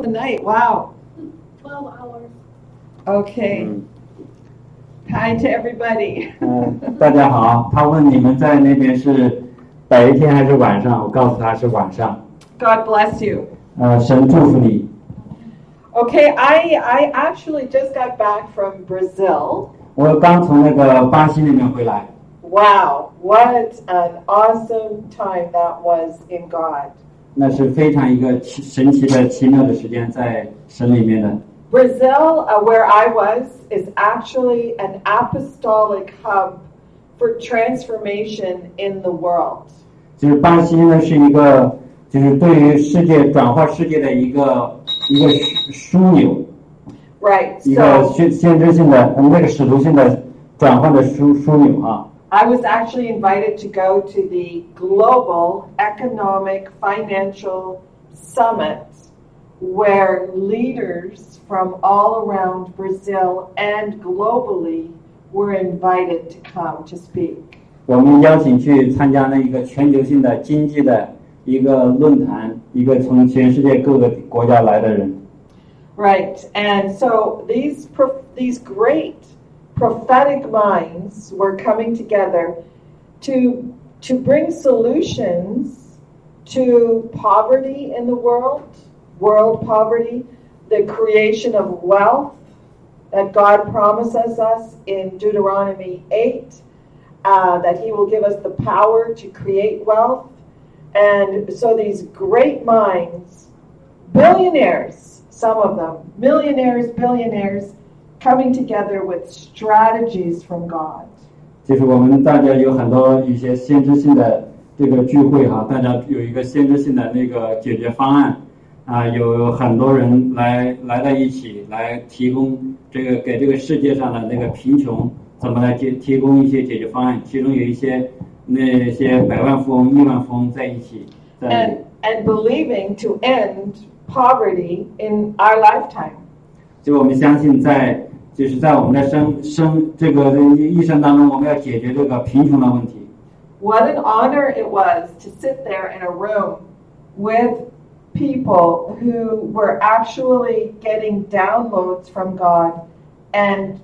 a night, wow. Twelve hours. Okay, 嗯 hi to everybody. 嗯，大家好，他问你们在那边是白天还是晚上，我告诉他是晚上。 God bless you. 呃，神祝福你。 Okay, I, I actually just got back from Brazil. 我刚从那个巴西那边回来， Wow, what an awesome time that was in God. 那是非常一个奇神奇的奇妙的时间，在神里面的。 Brazil, uh, where I was, is actually an apostolic hub for transformation in the world. 就是巴西呢是一个，就是对于世界转化世界的一个一个枢枢纽， Right, 一个 so 先先知性的，嗯，那个使徒性的转换的枢枢纽啊。 I was actually invited to go to the Global Economic Financial Summit, where leaders from all around Brazil and globally were invited to come to speak. 我们邀请去参加那一个全球性的经济的一个论坛，一个从全世界各个国家来的人。 Right, and so these pro- these great prophetic minds were coming together to to bring solutions to poverty in the world, world poverty, the creation of wealth that God promises us in Deuteronomy eight, uh, that He will give us the power to create wealth, and so these great minds billionaires, some of them, millionaires, billionaires, coming together with strategies from God. 就是我们大家有很多一些先知性的这个聚会哈、大家有一个先知性的那个解决方案啊，有很多人来来到一起来提供这个给这个世界上的那个贫穷怎么来解提供一些解决方案，其中有一些那些百万富翁、亿万富翁在一起在那里 And, and believing to end poverty in our lifetime. 就我们相信在，就是在我们的生生这个一生当中，我们要解决这个贫穷的问题。 What an honor it was to sit there in a room with people who were actually getting downloads from God and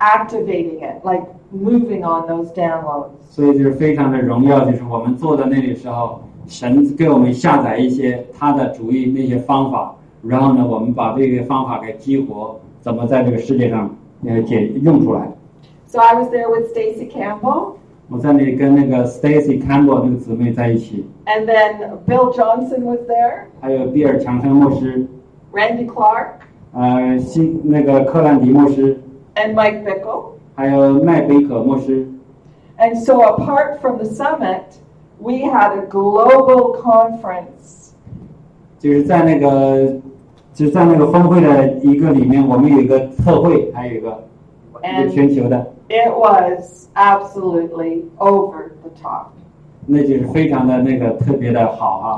activating it, like moving on those downloads. 所以就是非常的荣耀，就是我们坐在那里的时候，神给我们下载一些他的主意那些方法，然后呢，我们把这个方法给激活，怎么在这个世界上呃解用出来。 So I was there with Stacy Campbell. 我在那里跟那个 Stacy Campbell 那个姊妹在一起， And then Bill Johnson was there, 还有比尔强森牧师， Randy Clark, 呃，新那个克兰迪牧师， and Mike Bickle. 还有麦北可牧师。 And so, apart from the summit, we had a global conference. 就是在那个，就是在那个峰会的一个里面，我们有一个测绘，还有一个一个 And 全球的， it was absolutely over the top. 那就是非常的那个特别的好啊。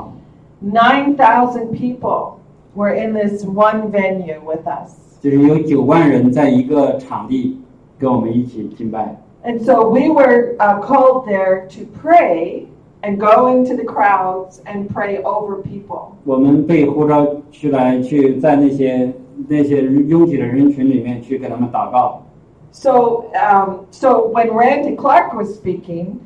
9,000 people were in this one venue with us. 就是有九万人在一个场地跟我们一起敬拜， And so, we were uh, called there to pray and go into the crowds and pray over people. 我们被呼召去来去在那些那些拥挤的人群里面去给他们祷告。 So, um, so when Randy Clark was speaking,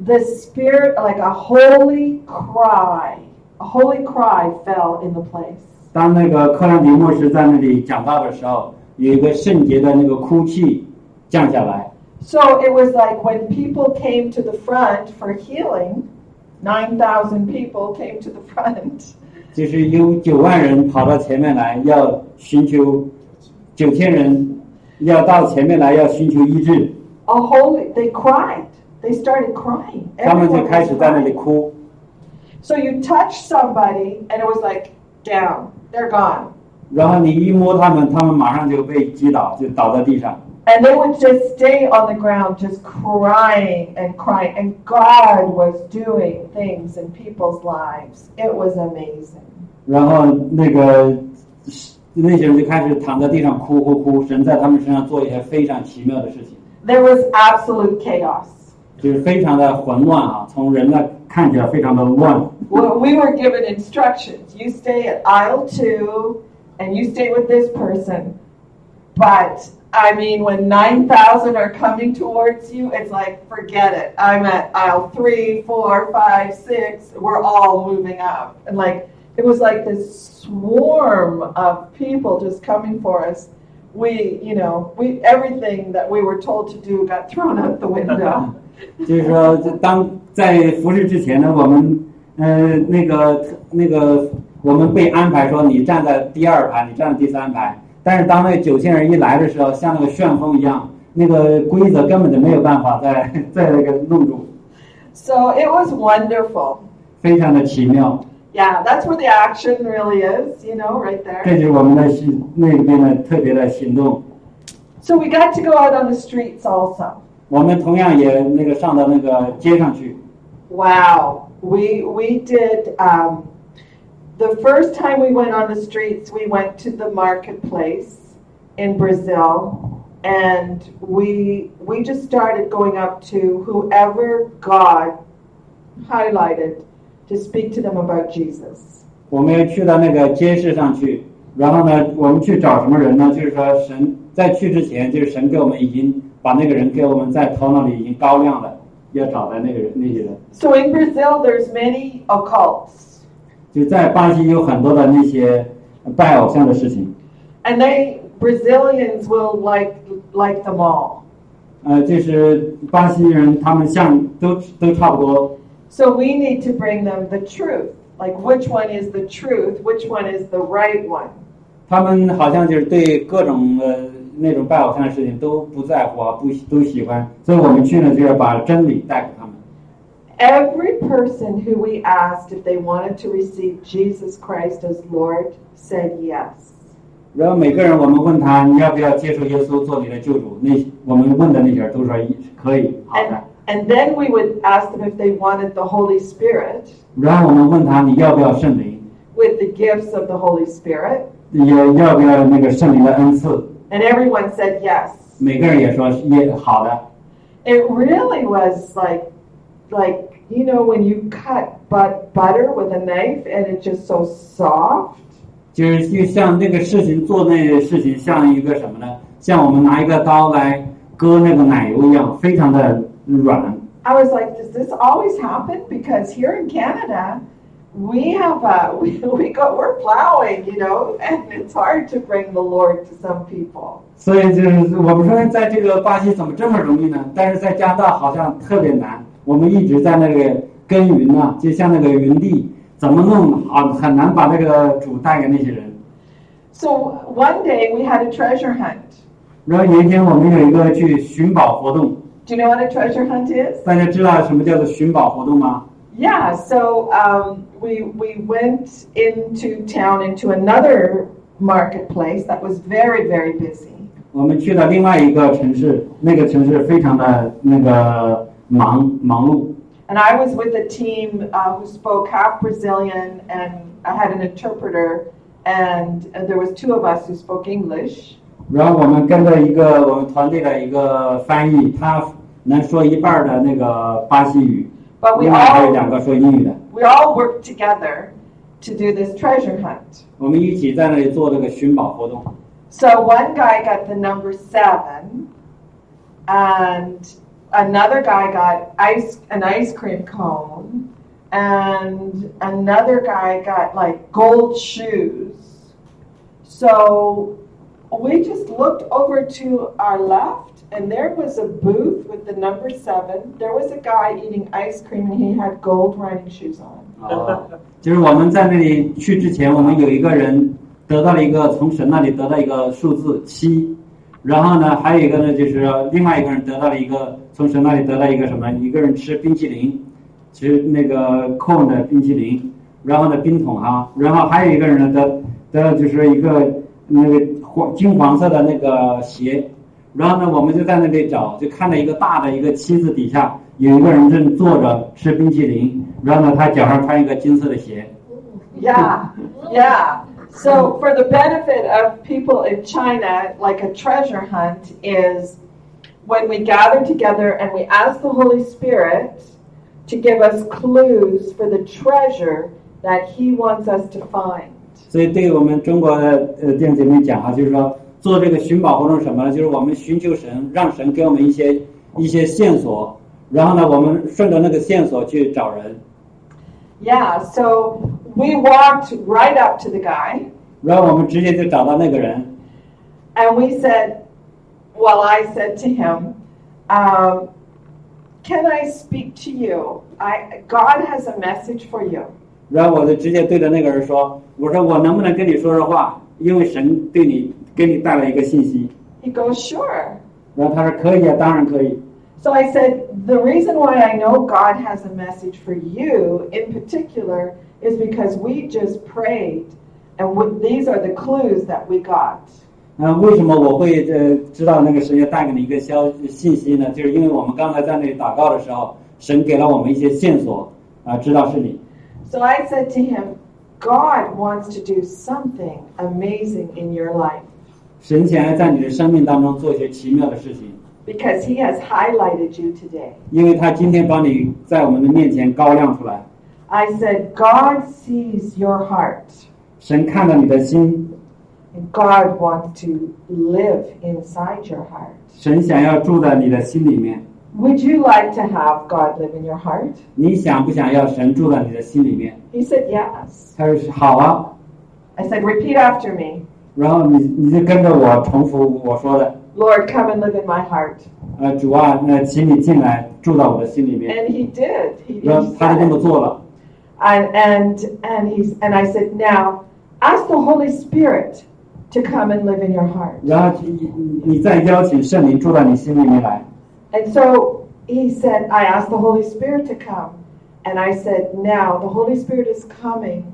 the spirit, like a holy cry, a holy cry fell in the place. 当那个克兰迪牧师在那里讲道的时候，有一个圣洁的那个哭泣降下来。 So it was like when people came to the front for healing, 9,000 people came to the front. 就是有九万人跑到前面来，要寻求九千人要到前面来，要寻求医治， A holy, they cried. They started crying. 他们就 Everyone 开始 was 在那里 crying. 哭。 So you touch somebody and it was like, down, they're gone. 然后你一摸他们，他们马上就被击倒，就倒在地上。 And they would just stay on the ground, just crying and crying. And God was doing things in people's lives. It was amazing. 然后那个那些人就开始躺在地上哭哭哭，神在他们身上做一些非常奇妙的事情， There was absolute chaos. 就是非常的混乱啊，从人的看起来非常的乱。 Well, we were given instructions. You stay at aisle two and you stay with this person. But I mean, when 9,000 are coming towards you, it's like, forget it. I'm at aisle three, four, five, six. We're all moving up. And like, it was like this swarm of people just coming for us. We, you know, we everything that we were told to do got thrown out the window. 就是说，当在服侍之前呢，我们呃那个那个我们被安排说你站在第二排，你站在第三排。但是当那九千人一来的时候，像那个旋风一样，那个规则根本就没有办法再 再那个弄住， So it was wonderful. 非常的奇妙。 Yeah, that's where the action really is, you know, right there. 这就是我们的行那边的特别的行动。 So we got to go out on the streets also. 我们同样也那个上到那个街上去。 Wow, we we did. Um, the first time we went on the streets, we went to the marketplace in Brazil, and we we just started going up to whoever God highlighted to speak to them about Jesus. 我们去到那个街市上去，然后呢，我们去找什么人呢？就是说神在去之前，就是神给我们已经把那个人给我们在头脑里已经高亮了，要找的那个人那些人。 So in Brazil, there's many occults, 就在巴西有很多的那些拜偶像的事情， and they Brazilians will like like them all. 呃，就是巴西人他们像都都差不多， So we need to bring them the truth. Like, which one is the truth? Which one is the right one? 他们好像就是对各种呃那种拜偶像的事情都不在乎啊，不都喜欢，所以我们去呢就是把真理带给他们。 Every person who we asked if they wanted to receive Jesus Christ as Lord said yes. 然后每个人，我们问他你要不要接受耶稣做你的救主？那我们问的那些人都说可以，好 And, 的。 and then we would ask them if they wanted the Holy Spirit 然后我们问他你要不要圣灵， with the gifts of the Holy Spirit. 也要不要那个圣灵的恩赐？ And everyone said yes. 每个人也说也好的。 It really was like, like, you know, when you cut but butter with a knife and it's just so soft. 就是就像那个事情做那个事情，像一个什么呢？像我们拿一个刀来割那个奶油一样，非常的软。 I was like, does this always happen? Because here in Canada, we have a we, we go we're plowing, you know, and it's hard to bring the Lord to some people. 所以就是我们说，在这个巴西怎么这么容易呢？但是在加拿大好像特别难。我们一直在那个耕耘呐、就像那个云地，怎么弄啊，很难把那个主带给那些人。 So one day we had a treasure hunt. 然后有一天我们有一个去寻宝活动， Do you know what a treasure hunt is? 大家知道什么叫做寻宝活动吗？ Yeah. So um, we we went into town into another marketplace that was very very busy, 我们去了另外一个城市，那个城市非常的那个忙忙碌。 and I was with a team uh, who spoke half Brazilian, and I had an interpreter, and, and there was two of us who spoke English, 然后我们跟着一个我们团队的一个翻译，他能说一半儿的那个巴西语， but we 另外还有 all 两个说英语的。 we all worked together to do this treasure hunt. 我们一起在那里做这个寻宝活动。 So one guy got the number seven, and another guy got ice an ice cream cone, and another guy got like gold shoes. So we just looked over to our left, and there was a booth with the number seven. There was a guy eating ice cream, and he had gold running shoes on. 啊，就是我们在那里去之前，我们有一个人得到了一个从神那里得到一个数字七，然后呢，还有一个呢就是另外一个人得到了一个从神那里得到一个什么，一个人吃冰淇淋，吃那个 cone 的冰淇淋，然后呢冰桶哈、然后还有一个人呢得得到就是一个那个黄金黄色的那个鞋，然后呢，我们就在那里找，就看到一个大的一个梯子底下有一个人正坐着吃冰淇淋，然后呢，他脚上穿一个金色的鞋。 Yeah, yeah. So, for the benefit of people in China, like a treasure hunt is when we gather together and we ask the Holy Spirit to give us clues for the treasure that He wants us to find. 所以，对我们中国的呃弟兄姐妹讲啊，就是说做这个寻宝活动是什么呢？就是我们寻求神，让神给我们一些一些线索，然后呢，我们顺着那个线索去找人。 Yeah, so we walked right up to the guy 然后我们直接就找到那个人， and we said, Well, I said to him, um, Can I speak to you? I, God has a message for you. 然后我就直接对着那个人说：“我说我能不能跟你说说话？因为神对你给你带来一个信息。 He goes, Sure. ”然后他说：“可以啊，当然可以。 So I said, The reason why I know God has a message for you in particular is because we just prayed, and we, these are the clues that we got. ”那为什么我会呃知道那个神要带给你一个消信息呢？就是因为我们刚才在那里祷告的时候，神给了我们一些线索啊、知道是你。 So I said to him, God wants to do something amazing in your life 神想要在你的生命当中做一些奇妙的事情， because He has highlighted you today. 因为他今天把你在我们的面前高亮出来， I said, God sees your heart, 神看到你的心， and God wants to live inside your heart. 神想要住在你的心里面。 Would you like to have God live in your heart? 你想不想要神住在你的心里面？ He said, Yes. 他说好啊， I said, Repeat after me 然后你你就跟着我重复我说的， Lord, come and live in my heart. 呃，主啊，那请你进来住到我的心里面。 And he did. He, he 然后他就这 said 么 it. 做了， And, and, and, he's, and I said, Now ask the Holy Spirit to come and live in your heart. 然后你你你再邀请圣灵住到你心里面来。 And so he said, I asked the Holy Spirit to come. And I said, Now the Holy Spirit is coming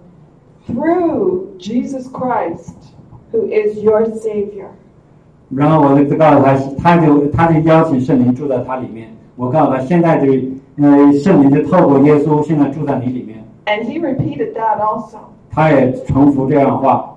through Jesus Christ, who is your Savior. 然后我就告诉他，他就他就邀请圣灵住在他里面。我告诉他，现在就呃，圣灵就透过耶稣，现在住在你里面。 And he repeated that also. 他也重复这样的话，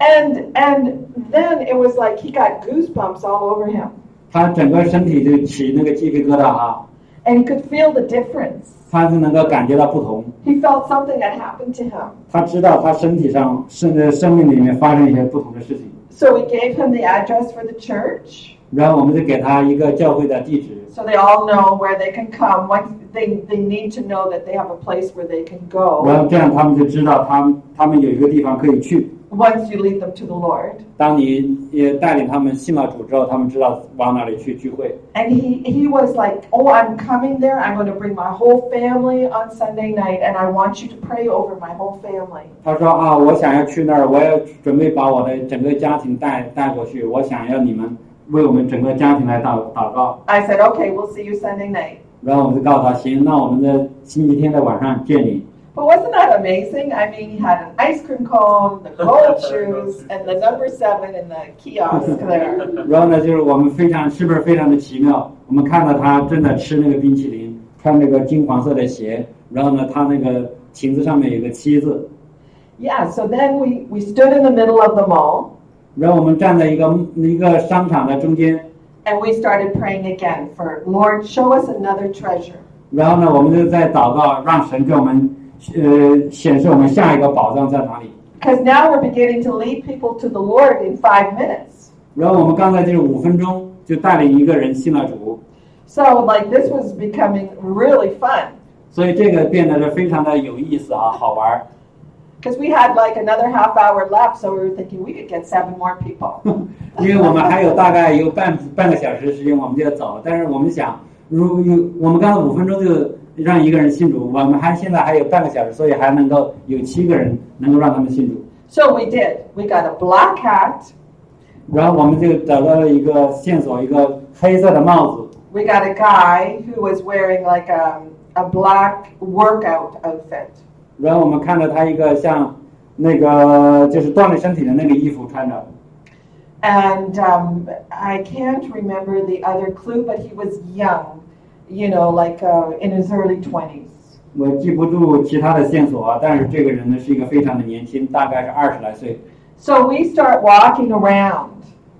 And, and then it was like he got goosebumps all over him. 他整个身体就起那个鸡皮疙瘩啊， and he could feel the difference. 他就能够感觉到不同。 He felt something had happened to him. 他知道他身体上甚至生命里面发生一些不同的事情。 So we gave him the address for the church 然后我们就给他一个教会的地址， so they all know where they can come. Once they, they need to know that they have a place where they can 然 go 后这样他们就知道他们他们有一个地方可以去。 once you lead them to the Lord. 当你也带领他们信了主之后，他们知道往哪里去聚会。 And he, he was like, Oh, I'm coming there. I'm going to bring my whole family on Sunday night, and I want you to pray over my whole family. 他说啊，我想要去那儿，我要准备把我的整个家庭带带过去，我想要你们为我们整个家庭来祷祷告。 I said, Okay, we'll see you Sunday night. 然后我们就告诉他，行，那我们的星期天的晚上见你。 But wasn't that amazing? I mean, he had an ice cream cone, the gold shoes, and the number seven in the kiosk there. 然后呢，就是我们非常是不是非常的奇妙？我们看到他正在吃那个冰淇淋，穿那个金黄色的鞋，然后呢，他那个裙子上面有个七字。 Yeah, so then we, we stood in the middle of the mall 然后我们站在一个一个商场的中间， and we started praying again for Lord, show us another treasure. 然后呢，我们就在祷告，让神给我们呃显示我们下一个宝藏在哪里。 Because now we're beginning to lead people to the Lord in five minutes. 然后我们刚才就是五分钟就带领一个人信了主， So, like, this was becoming really fun 所以这个变得是非常的有意思啊，好玩儿。 because we had like another half hour left, so we were thinking we could get seven more people. 因为我们还有大概有半半个小时的时间，我们就要走了。但是我们想，如有我们刚才五分钟就让一个人信主，我们还现在还有半个小时，所以还能够有七个人能够让他们信主。 so, we did. We got a black hat, 然后我们就找到了一个线索，一个黑色的帽子， we got a guy who was wearing like a, a black workout outfit. 然后我们看到他一个像那个就是锻炼身体的那个衣服穿着， And um, I can't remember the other clue, but he was young, you know, like uh, in his early 20s. 我记不住其他的线索啊，但是这个人呢是一个非常的年轻，大概是二十来岁。 So we start walking around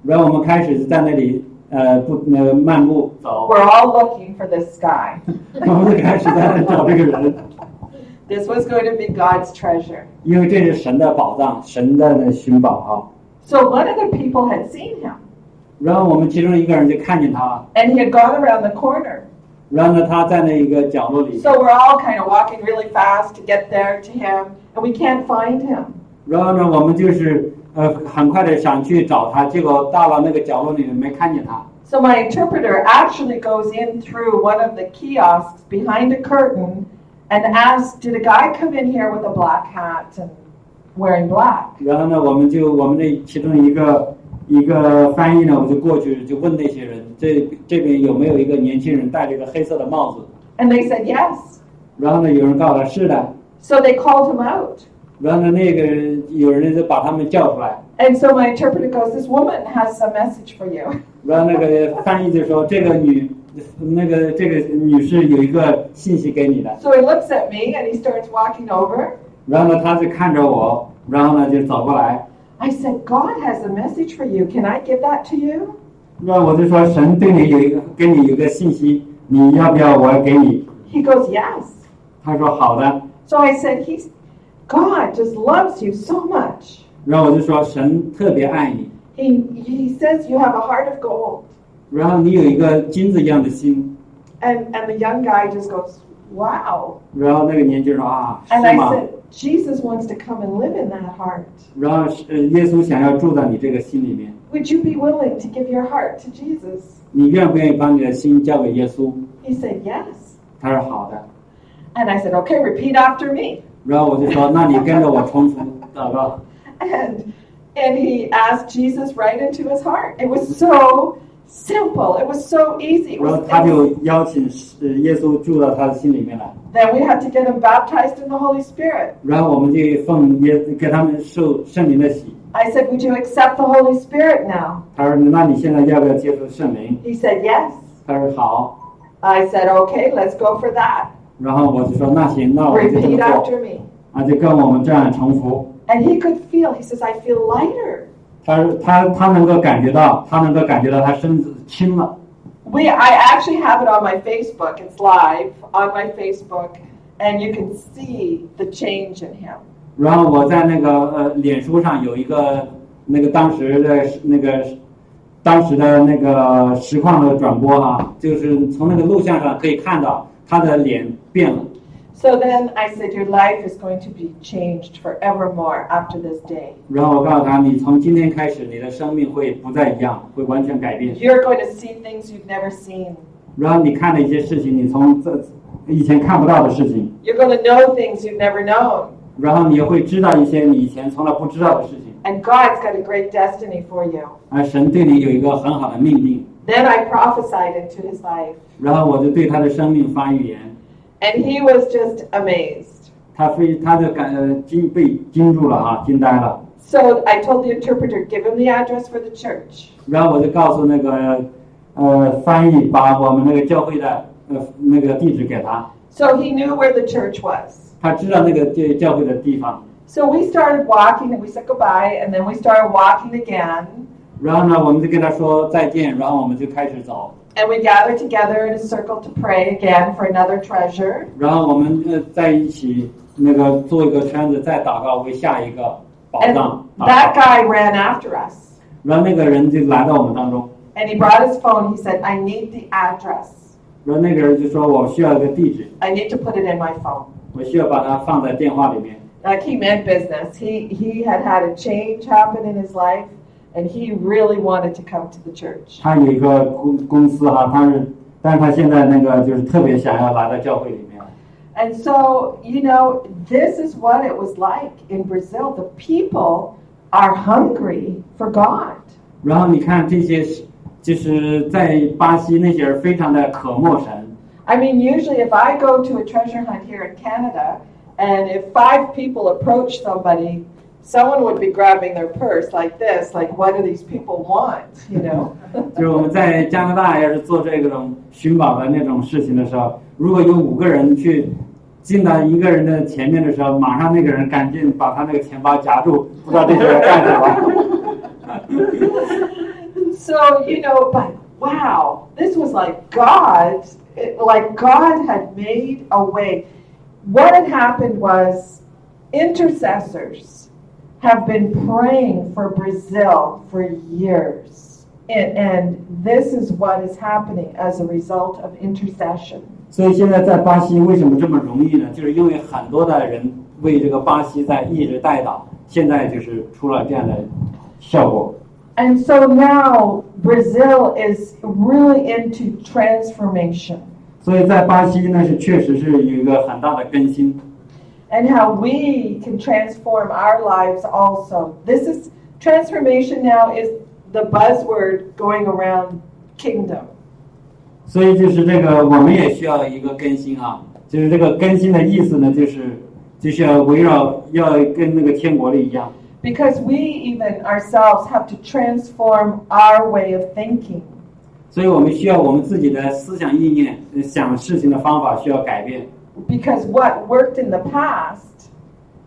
然后我们开始在那里呃不呃漫步走， We're all looking for this guy. 我们开始在那找这个人， This was going to be God's treasure. 因为这是神的宝藏，神在那寻宝啊。 So one of the people had seen him, 然后我们其中一个人就看见他了， and he had gone around the corner. 然后呢他在那一个角落里， So we're all kind of walking really fast to get there to him, and we can't find him. 然后呢我们就是呃很快的想去找他，结果到了那个角落里没看见他。 So my interpreter actually goes in through one of the kiosks behind a curtain and asks, "Did a guy come in here with a black hat and wearing black?" 然后呢我们就我们的其中一个一个翻译呢，我就过去就问那些人，这这边有没有一个年轻人戴着一个黑色的帽子？ And they said yes. 然后呢有人告诉他是的， So they called him out. 然后呢那个人有人就把他们叫出来。 And so my interpreter goes, "This woman has a message for you." 然后那个翻译就说：“这个女，那个这个女士有一个信息给你的。 So he looks at me and he starts walking over. ”然后呢，他就看着我，然后呢就走过来。 I said, "God has a message for you. Can I give that to you?" 那我就说：“神对你有一个，给你有一个信息，你要不要我给你 He goes, "Yes." ?”他说：“好的。 So I said, "He's God just loves you so much." ”然后我就说：“神特别爱你， He, he says you have a heart of gold. 然后你有一个金子一样的心。 And, and the young guy just goes, wow. ”然后那个年轻人说：“啊，是 And I 吗 said, Jesus wants to come and live in that heart.？” 然后呃耶稣想要住在你这个心里面， Would you be willing to give your heart to Jesus? 你愿不愿意把你的心交给耶稣？ He said, yes. 他说：“好的。 And I said, okay, repeat after me. ”然后我就说：“那你跟着我重复祷告。” And, and he asked Jesus right into his heart. It was so simple. It was so easy. It 然后 was, 他就邀请呃耶稣住到他的心里面来， then we had to get him baptized in the Holy Spirit. 然后我们就奉耶给他们受圣灵的洗。 I said, would you accept the Holy Spirit now? 他说：“那你现在要不要接受圣灵 He said, yes.？” 他说：“好。 I said, okay, let's go for that. ”然后我就说：“那行，那我们就这 Repeat 么做 after me. 啊，就跟我们这样重复。 And he could feel, he says, I feel lighter. 他”他他能够感觉到，他能够感觉到他身子轻了。 We, I actually have it on my Facebook. It's live on my Facebook, and you can see the change in him. 然后我在那个呃脸书上有一个那个当时的那个当时的那个实况的转播啊，就是从那个录像上可以看到他的脸变了。 So then I said, Your life is going to be changed forevermore after this day. 然后我告诉他，你从今天开始，你的生命会不再一样，会完全改变。 You're going to see things you've never seen. 然后你看的一些事情，你从这以前看不到的事情， You're going to know things you've never known. 然后你也会知道一些你以前从来不知道的事情。 And God's got a great destiny for you. 而神对你有一个很好的命定。 Then I prophesied into his life, 然后我就对他的生命发预言， and he was just amazed. 他非他就感呃惊被惊住了啊，惊呆了。 So I told the interpreter, give him the address for the church. 然后我就告诉那个呃翻译，把我们那个教会的呃那个地址给他， So he knew where the church was. 他知道那个教教会的地方。 So we started walking and we said goodbye and then we started walking again 然后呢，我们就跟他说再见，然后我们就开始走。 and we gathered together in a circle to pray again for another treasure. 然后我们呃在一起那个做一个圈子，再祷告为下一个宝 And 藏。祷 that 告 guy ran after us 然后那个人就来到我们当中， and he brought his phone. He said, I need the address. 然后那个人就说：“我需要一个地址， I need to put it in my phone. 我需要把它放在电话里面。 Like he meant business. He, he had had a change happen in his life and he really wanted to come to the church. ”他有一个公公司哈、他是，但是他现在那个就是特别想要来到教会里面。 And so, you know, this is what it was like in Brazil. The people are hungry for God. 然后你看这些是，就是在巴西那些人非常的渴慕神。 I mean, usually if I go to a treasure hunt here in Canada and if five people approach somebody, someone would be grabbing their purse like this, like, what do these people want? You know? 就是我们在加拿大要是做这种寻宝的那种事情的时候，如果有五个人去进到一个人的前面的时候，马上那个人赶紧把他那个钱包夹住，不知道这是要干什么。 so, you know, but wow, this was like God, it, like God had made a way. What had happened was intercessors have been praying for Brazil for years. And, and this is what is happening as a result of intercession. 所以现在在巴西为什么这么容易呢？就是因为很多的人为这个巴西在一直带导，现在就是出了这样的效果。 And so now Brazil is really into transformation. 所以在巴西呢是确实是有一个很大的更新。 and how we can transform our lives also. This is transformation now is the buzzword going around kingdom. 所以就是这个，我们也需要一个更新啊。就是这个更新的意思呢，就是就是要围绕要跟那个天国的一样， Because we even ourselves have to transform our way of thinking. 所以我们需要我们自己的思想意念、呃想事情的方法需要改变。 Because what worked in the past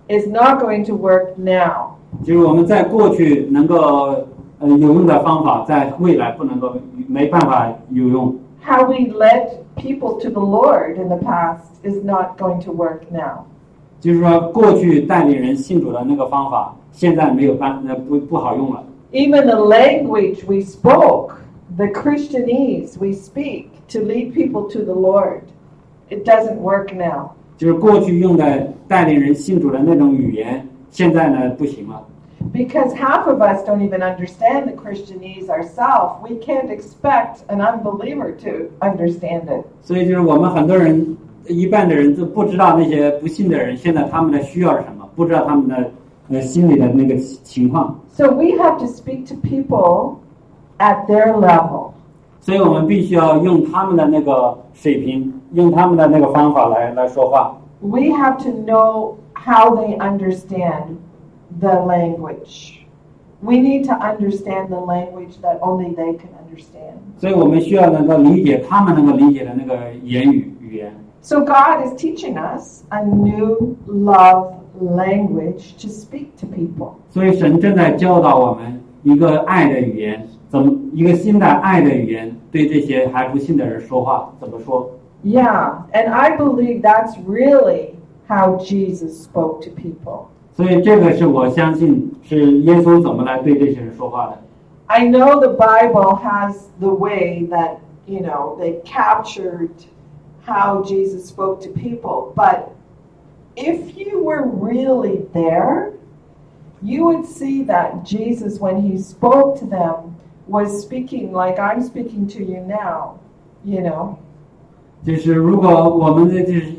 is not going to work now. 就是我们在过去能够呃有用的方法，在未来不能够没办法有用。 How we led people to the Lord in the past is not going to work now. 就是说，过去带领人信主的那个方法，现在没有办呃不不好用了。 Even the language we spoke, the Christianese we speak to lead people to the Lord, it doesn't work now. 就是过去用的带领人信主的那种语言，现在呢不行了。 Because half of us don't even understand the Christianese ourselves. We can't expect an unbeliever to understand it. 所以就是我们很多人，一半的人都不知道那些不信的人，现在他们的需要是什么，不知道他们的呃心里的那个情情况。 So we have to speak to people at their level. 所以我们必须要用他们的那个水平，用他们的那个方法来来说话。 We have to know how they understand the language. We need to understand the language that only they can understand. 所以我们需要能够理解他们能够理解的那个言语语言。 So God is teaching us a new love language to speak to people. 所以神正在教导我们一个爱的语言，怎么一个新的爱的语言对这些还不信的人说话怎么说？ Yeah, and I believe that's really how Jesus spoke to people. 所以这个是我相信是耶稣怎么来对这些人说话的。 I know the Bible has the way that, you know, they captured how Jesus spoke to people, but if you were really there, you would see that Jesus, when he spoke to them, was speaking like I'm speaking to you now, you know. 就是如果我们的就是，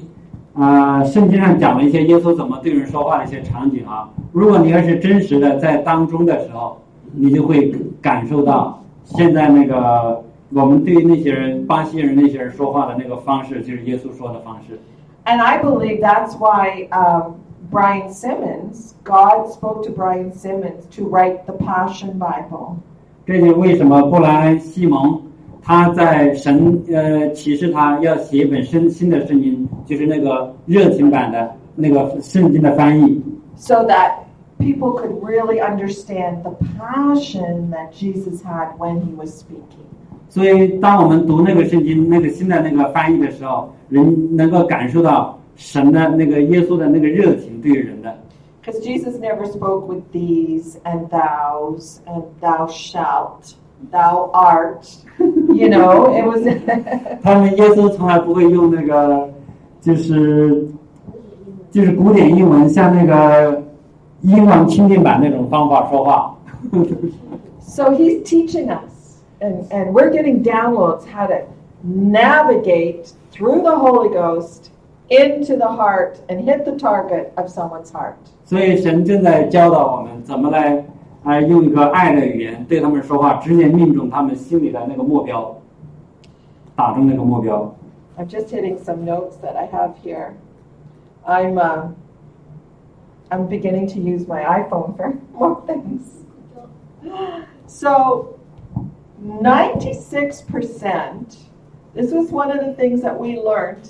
呃，圣经上讲了一些耶稣怎么对人说话的一些场景啊，如果你要是真实的在当中的时候，你就会感受到现在那个我们对那些人巴西人那些人说话的那个方式，就是耶稣说的方式。 And I believe that's why um, Brian Simmons, God spoke to Brian Simmons to write the Passion Bible. 这就为什么布莱恩·西蒙他在神呃启示他要写一本圣新的圣经，就是那个热情版的那个圣经的翻译， so that people could really understand the passion that Jesus had when he was speaking. 所以，当我们读那个圣经、那个新的那个翻译的时候，人能够感受到神的那个耶稣的那个热情对于人的。 Because Jesus never spoke with these and thous and thou shalt, thou art. You know, it was. 他们耶稣从来不会用那个，就是就是古典英文，像那个英文钦定版那种方法说话。 so he's teaching us, and, and we're getting downloads how to navigate through the Holy Ghost into the heart and hit the target of someone's heart. 所以，神正在教导我们怎么来啊、呃用一个爱的语言对他们说话，直接命中他们心里的那个目标，打中那个目标。 I'm just hitting some notes that I have here. I'm uh, I'm beginning to use my iPhone for more things. So, 96%. This was one of the things that we learned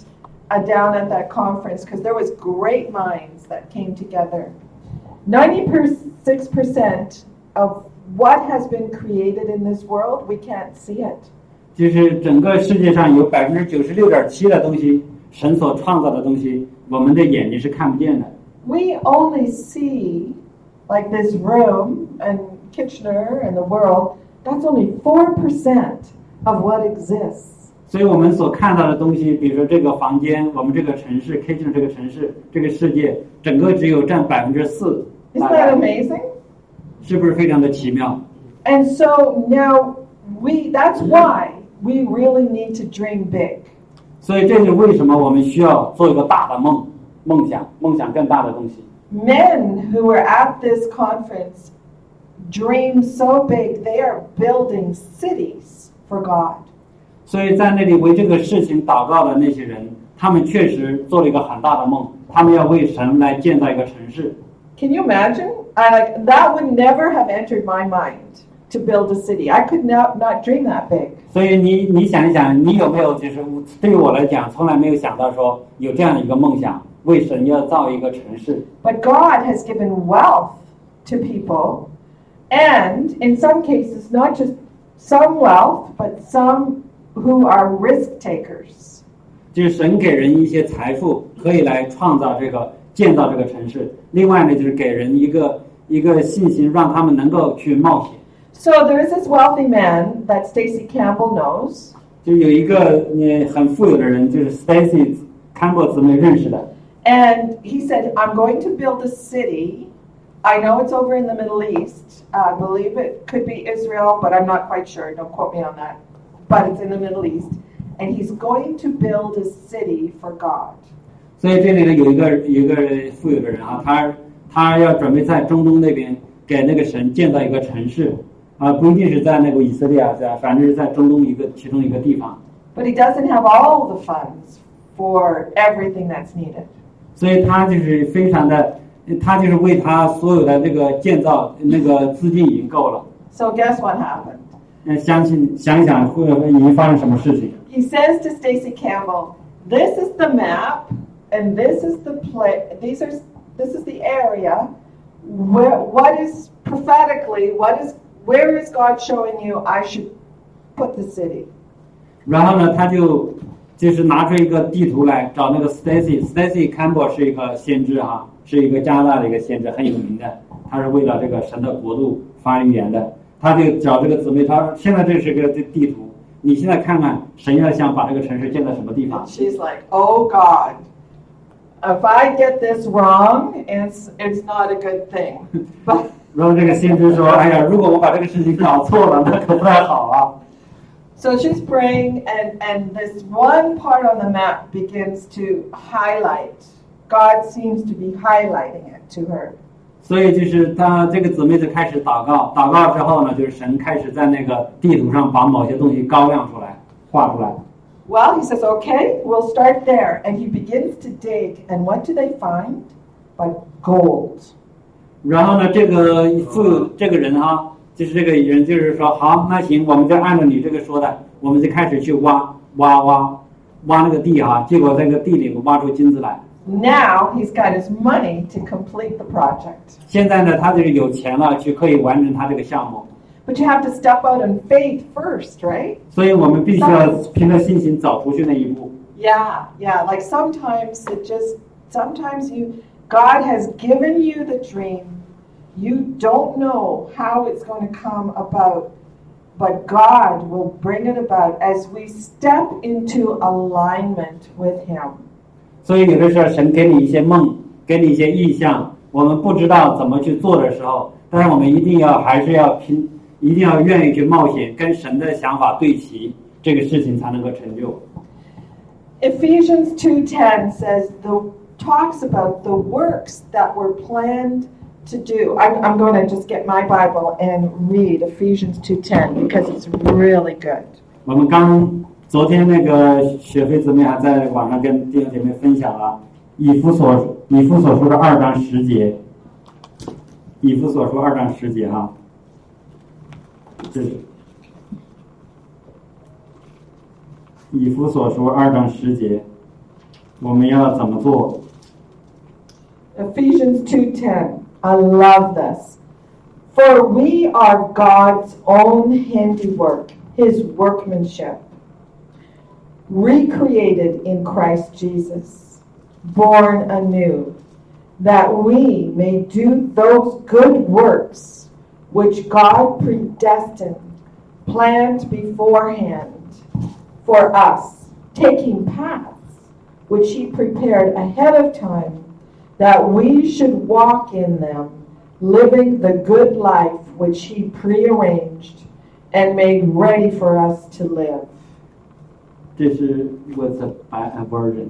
uh, down at that conference because there was great minds that came together. 96% of what has been created in this world, we can't see it. 就是整个世界上有百分之九十六点七的东西，神所创造的东西，我们的眼睛是看不见的。 We only see, like this room and Kitchener and the world, that's only 4% of what exists. 所以我们所看到的东西，比如说这个房间，我们这个城市 Kitchen 这个城市，这个世界，整个只有占百分之四， Isn't that amazing? 是不是非常的奇妙？ And so now we, that's why we really need to dream big. 所以这是为什么我们需要做一个大的梦，梦想，梦想更大的东西。 Men who were at this conference dream so big, they are building cities for God. 所以在那里为这个事情祷告的那些人，他们确实做了一个很大的梦，他们要为神来建造一个城市。 Can you imagine? I like that would never have entered my mind to build a city. I could not not dream that big. 所以你你想一想，你有没有就是对于我来讲，从来没有想到说有这样一个梦想，为神要造一个城市。 But God has given wealth to people, and in some cases, not just some wealth, but some who are risk takers. 就是神给人一些财富，可以来创造这个、建造这个城市。另外呢，就是给人一个一个信心，让他们能够去冒险。 So there is this wealthy man that Stacy Campbell knows, 就有一个嗯很富有的人，就是 Stacy Campbell 姊妹认识的， and he said, "I'm going to build a city. I know it's over in the Middle East. I believe it could be Israel, but I'm not quite sure. Don't quote me on that. But it's in the Middle East, and he's going to build a city for God." 所以这里呢有一个有一个富有的人啊，他他要准备在中东那边给那个神建造一个城市啊，不一定是在那个以色列啊，在反正是在中东一个其中一个地方。 But he doesn't have all the funds for everything that's needed. 所以他就是非常的，他就是为他所有的这个建造那个资金已经够了。 So guess what happened? 那相信想一想会会已经发生什么事情？ He says to Stacy Campbell, "This is the map, and this is the play. These are this is the area. Where what is prophetically what is where is God showing you I should put the city?" 然后呢，他就就是拿出一个地图来找那个 Stacy，Stacy Campbell 是一个先知啊，是一个加拿大的一个先知，很有名的。他是为了这个神的国度发预言的。他就找这个姊妹，他说：“现在这是个这地图，你现在看看神要想把这个城市建在什么地方 And。she's like, "Oh God." If I get this wrong, it's, it's not a good thing. But ”然后这个先知说：“哎呀，如果我把这个事情搞错了，那可不太好啊。 So she's praying, and, and this one part on the map begins to highlight. God seems to be highlighting it to her. ”所以就是他这个姊妹就开始祷告，祷告之后呢，就是神开始在那个地图上把某些东西高亮出来，画出来。 Well, he says, okay, we'll start there. And he begins to dig, and what do they find? But gold. 然后呢，这个富有这个人哈、就是这个人就是说，好，那行，我们就按照你这个说的，我们就开始去挖挖挖挖那个地啊，结果在那个地里挖出金子来。 Now he's got his money to complete the project. 现在呢，他就是有钱了，去可以完成他这个项目， But you have to step out in faith first, right? 所以我们必须要凭着信心走出去那一步。 Yeah, yeah. Like sometimes it just, sometimes you, God has given you the dream. You don't know how it's going to come about, but God will bring it about as we step into alignment with Him. 所以有的时候神给你一些梦，给你一些意象，我们不知道怎么去做的时候，但是我们一定要还是要拼，一定要愿意去冒险，跟神的想法对齐，这个事情才能够成就。 Ephesians 2:10 says the talks about the works that were planned to do. I'm, I'm going to just get my Bible and read Ephesians 2:10 because it's really good. 我们刚昨天那个雪飞姊妹还在网上跟弟兄姐妹分享了以弗所以弗所说的二章十节，以弗所说二章十节哈、这是以弗所说二章十节，我们要怎么做？ Ephesians 2:10. I love this. For we are God's own handiwork, his workmanship, recreated in Christ Jesus, born anew, that we may do those good works which God predestined, planned beforehand for us, taking paths which He prepared ahead of time that we should walk in them, living the good life which He prearranged and made ready for us to live. 这是 what's a bad version？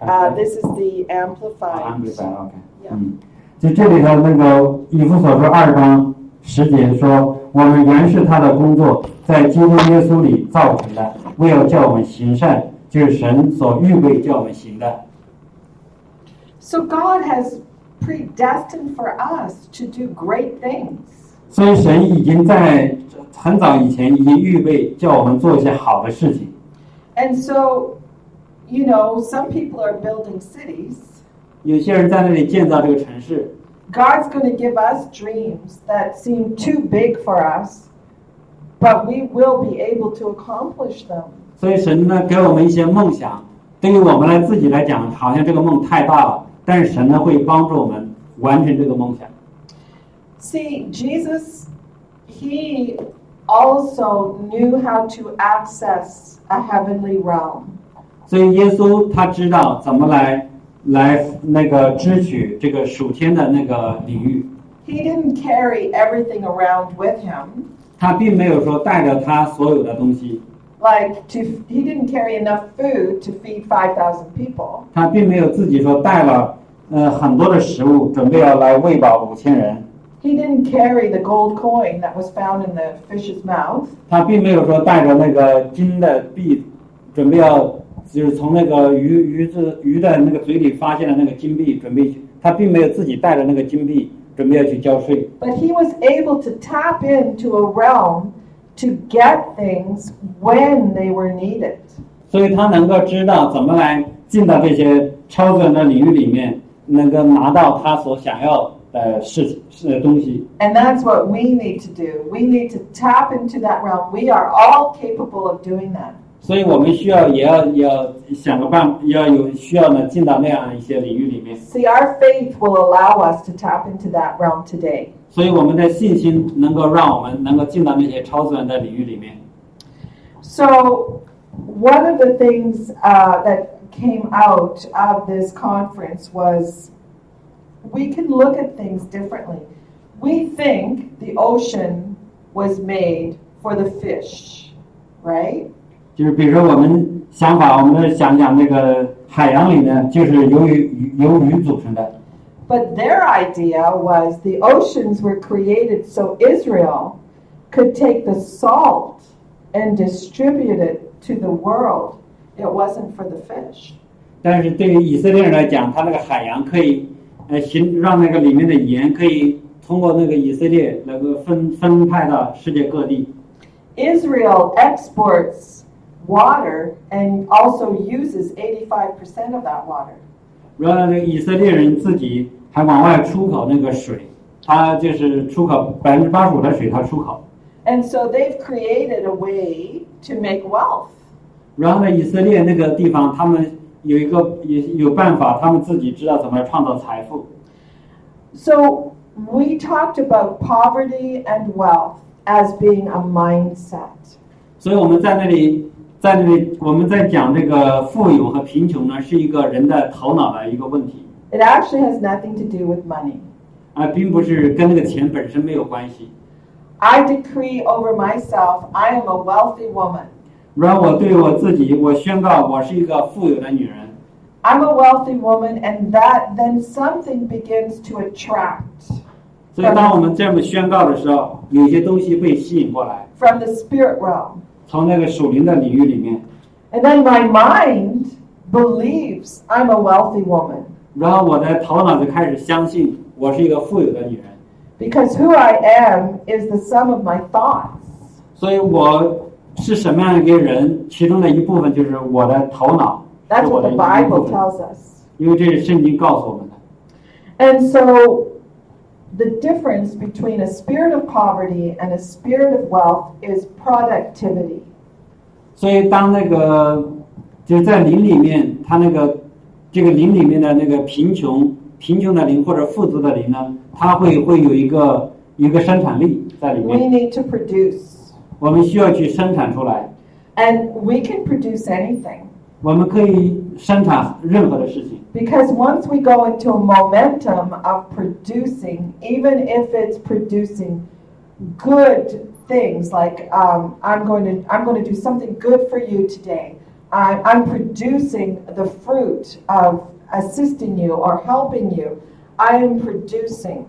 Uh, this is the amplified. 安慰版啊 OK。 Yeah. 嗯，就这里头那个以弗所说二章十节说，我们原是他的工作，在基督耶稣里造成的，为要叫我们行善，就是神所预备叫我们行的。 So God has predestined for us to do great things. 所以神已经在很早以前已经预备叫我们做一些好的事情。 And so, you know, some people are building cities. 有些人在那里建造这个城市， God's going to give us dreams that seem too big for us, but we will be able to accomplish them. 所以神呢给我们一些梦想。对于我们来自己来讲，好像这个梦太大了，但是神呢会帮助我们完成这个梦想。 See, Jesus, he also knew how to access a heavenly realm. 所以耶稣他知道怎么来来那个支取这个属天的那个领域， He didn't carry everything around with him. 他并没有说带着他所有的东西， Like to, he didn't carry enough food to feed 5,000 people. 他并没有自己说带了呃很多的食物，准备要来喂饱五千人， He didn't carry the gold coin that was found in the fish's mouth. 他并没有说带着那个金的币，准备要就是从那个鱼鱼子鱼的那个嘴里发现了那个金币，准备去，他并没有自己带着那个金币，准备要去交税。 But he was able to tap into a realm to get things when they were needed. 所以他能够知道怎么来进到这些超自然的领域里面，能够拿到他所想要的事情是东西。 And that's what we need to do. We need to tap into that realm. We are all capable of doing that. 所以我们需要也要也要想个办，要有需要呢进到那样一些领域里面。 See, our faith will allow us to tap into that realm today. 所以我们的信心能够让我们能够进到那些超自然的领域里面。 So, one of the things uh, that came out of this conference was we can look at things differently. We think the ocean was made for the fish, right? 就是比如说我们想法，我们想想那个海洋里呢，就是由于由鱼组成的。 But their idea was the oceans were created so Israel could take the salt and distribute it to the world. It wasn't for the fish. 但是对于以色列人来讲，他那个海洋可以，呃，行让那个里面的盐可以通过那个以色列能够分分派到世界各地。 Israel exports water and also uses 85% of that water. 然后呢，以色列人自己还往外出口那个水，他就是出口百分之八十五的水，他出口。 And so they've created a way to make wealth. 然后呢，以色列那个地方，他们有一个也有办法，他们自己知道怎么创造财富。 So we talked about poverty and wealth as being a mindset. 所以我们在那里，在那里我们在讲这个富有和贫穷呢，是一个人的头脑的一个问题。 It actually has nothing to do with money. 啊，并不是跟那个钱本身没有关系。 I decree over myself, I am a wealthy woman. 然后我对我自己，我宣告我是一个富有的女人。 I'm a wealthy woman, and that then something begins to attract 所以，当我们这么宣告的时候，有一些东西被吸引过来， from the spirit realm. 从那个属灵的领域里面。 And then my mind believes I'm a wealthy woman 然后我的头脑就开始相信我是一个富有的女人。 because who I am is the sum of my thoughts. 所以，我是什么样一个人，其中的一部分就是我的头脑，是 That's 我 what the 的一部 Bible 分。 tells us. 因为这是圣经告诉我们的。 And so the difference between a spirit of poverty and a spirit of wealth is productivity. 所以，当那个就是在灵里面，他那个这个灵里面的那个贫穷、贫穷的灵或者富足的灵呢，它会会有一个一个生产力在里 We 面， need to produce. 我们需要去生产出来， And we can produce anything. 我们可以生产任何的事情。 Because once we go into a momentum of producing, even if it's producing good things, like um, I'm going to I'm going to do something good for you today. I, I'm producing the fruit of assisting you or helping you. I am producing.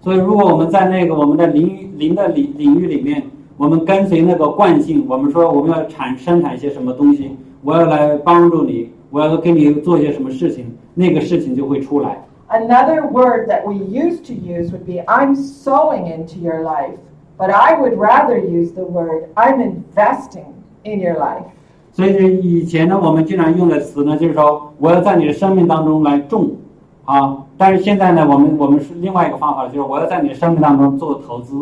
所以，如果我们在那个我们的灵灵的领领域里面，我们跟随那个惯性，我们说我们要产生产一些什么东西，我要来帮助你，我要给你做一些什么事情，那个事情就会出来。 Another word that we used to use would be I'm sowing into your life, but I would rather use the word I'm investing in your life. 所以以前呢，我们经常用的词呢，就是说我要在你的生命当中来种，啊，但是现在呢，我们我们是另外一个方法，就是我要在你的生命当中做投资。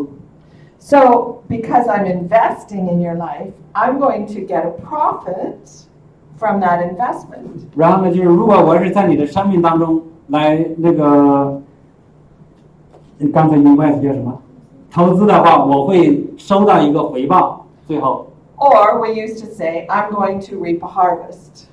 So, because I'm investing in your life, I'm going to get a profit from that investment. 然后呢，就是如果我是在你的生命当中来那个，你刚才你问的叫什么？投资的话，我会收到一个回报，最后 Or we used to say, I'm going to reap a harvest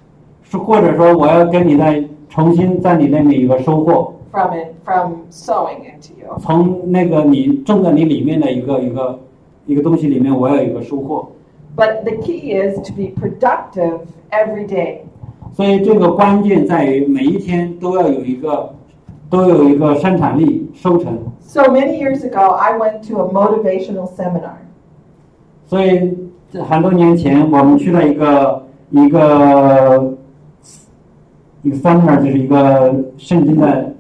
是或者说我要跟你再重新在你那里有个收获， from it, from sowing into you. 从那个你种在你里面的一个一个一个东西里面，我要有个收获。 But the key is to be productive every day. 所以这个关键在于每一天都要有一个都有一个生产力收成。 So many years ago, I went to a motivational seminar. 所以这很多年前，我们去了一个一个一个 seminar，就是一个圣经的